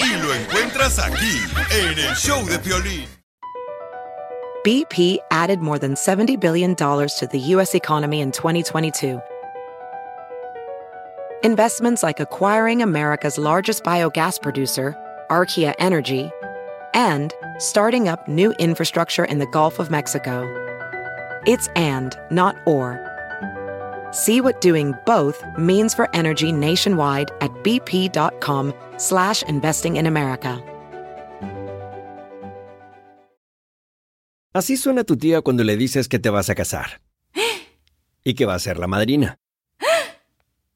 Y lo encuentras aquí, en el show de Piolín.
BP added more than $70 billion to the U.S. economy in 2022. Investments like acquiring America's largest biogas producer, Archaea Energy, and starting up new infrastructure in the Gulf of Mexico. It's and, not or. See what doing both means for energy nationwide at bp.com slash investing in America.
Así suena tu tía cuando le dices que te vas a casar. Y que va a ser la madrina.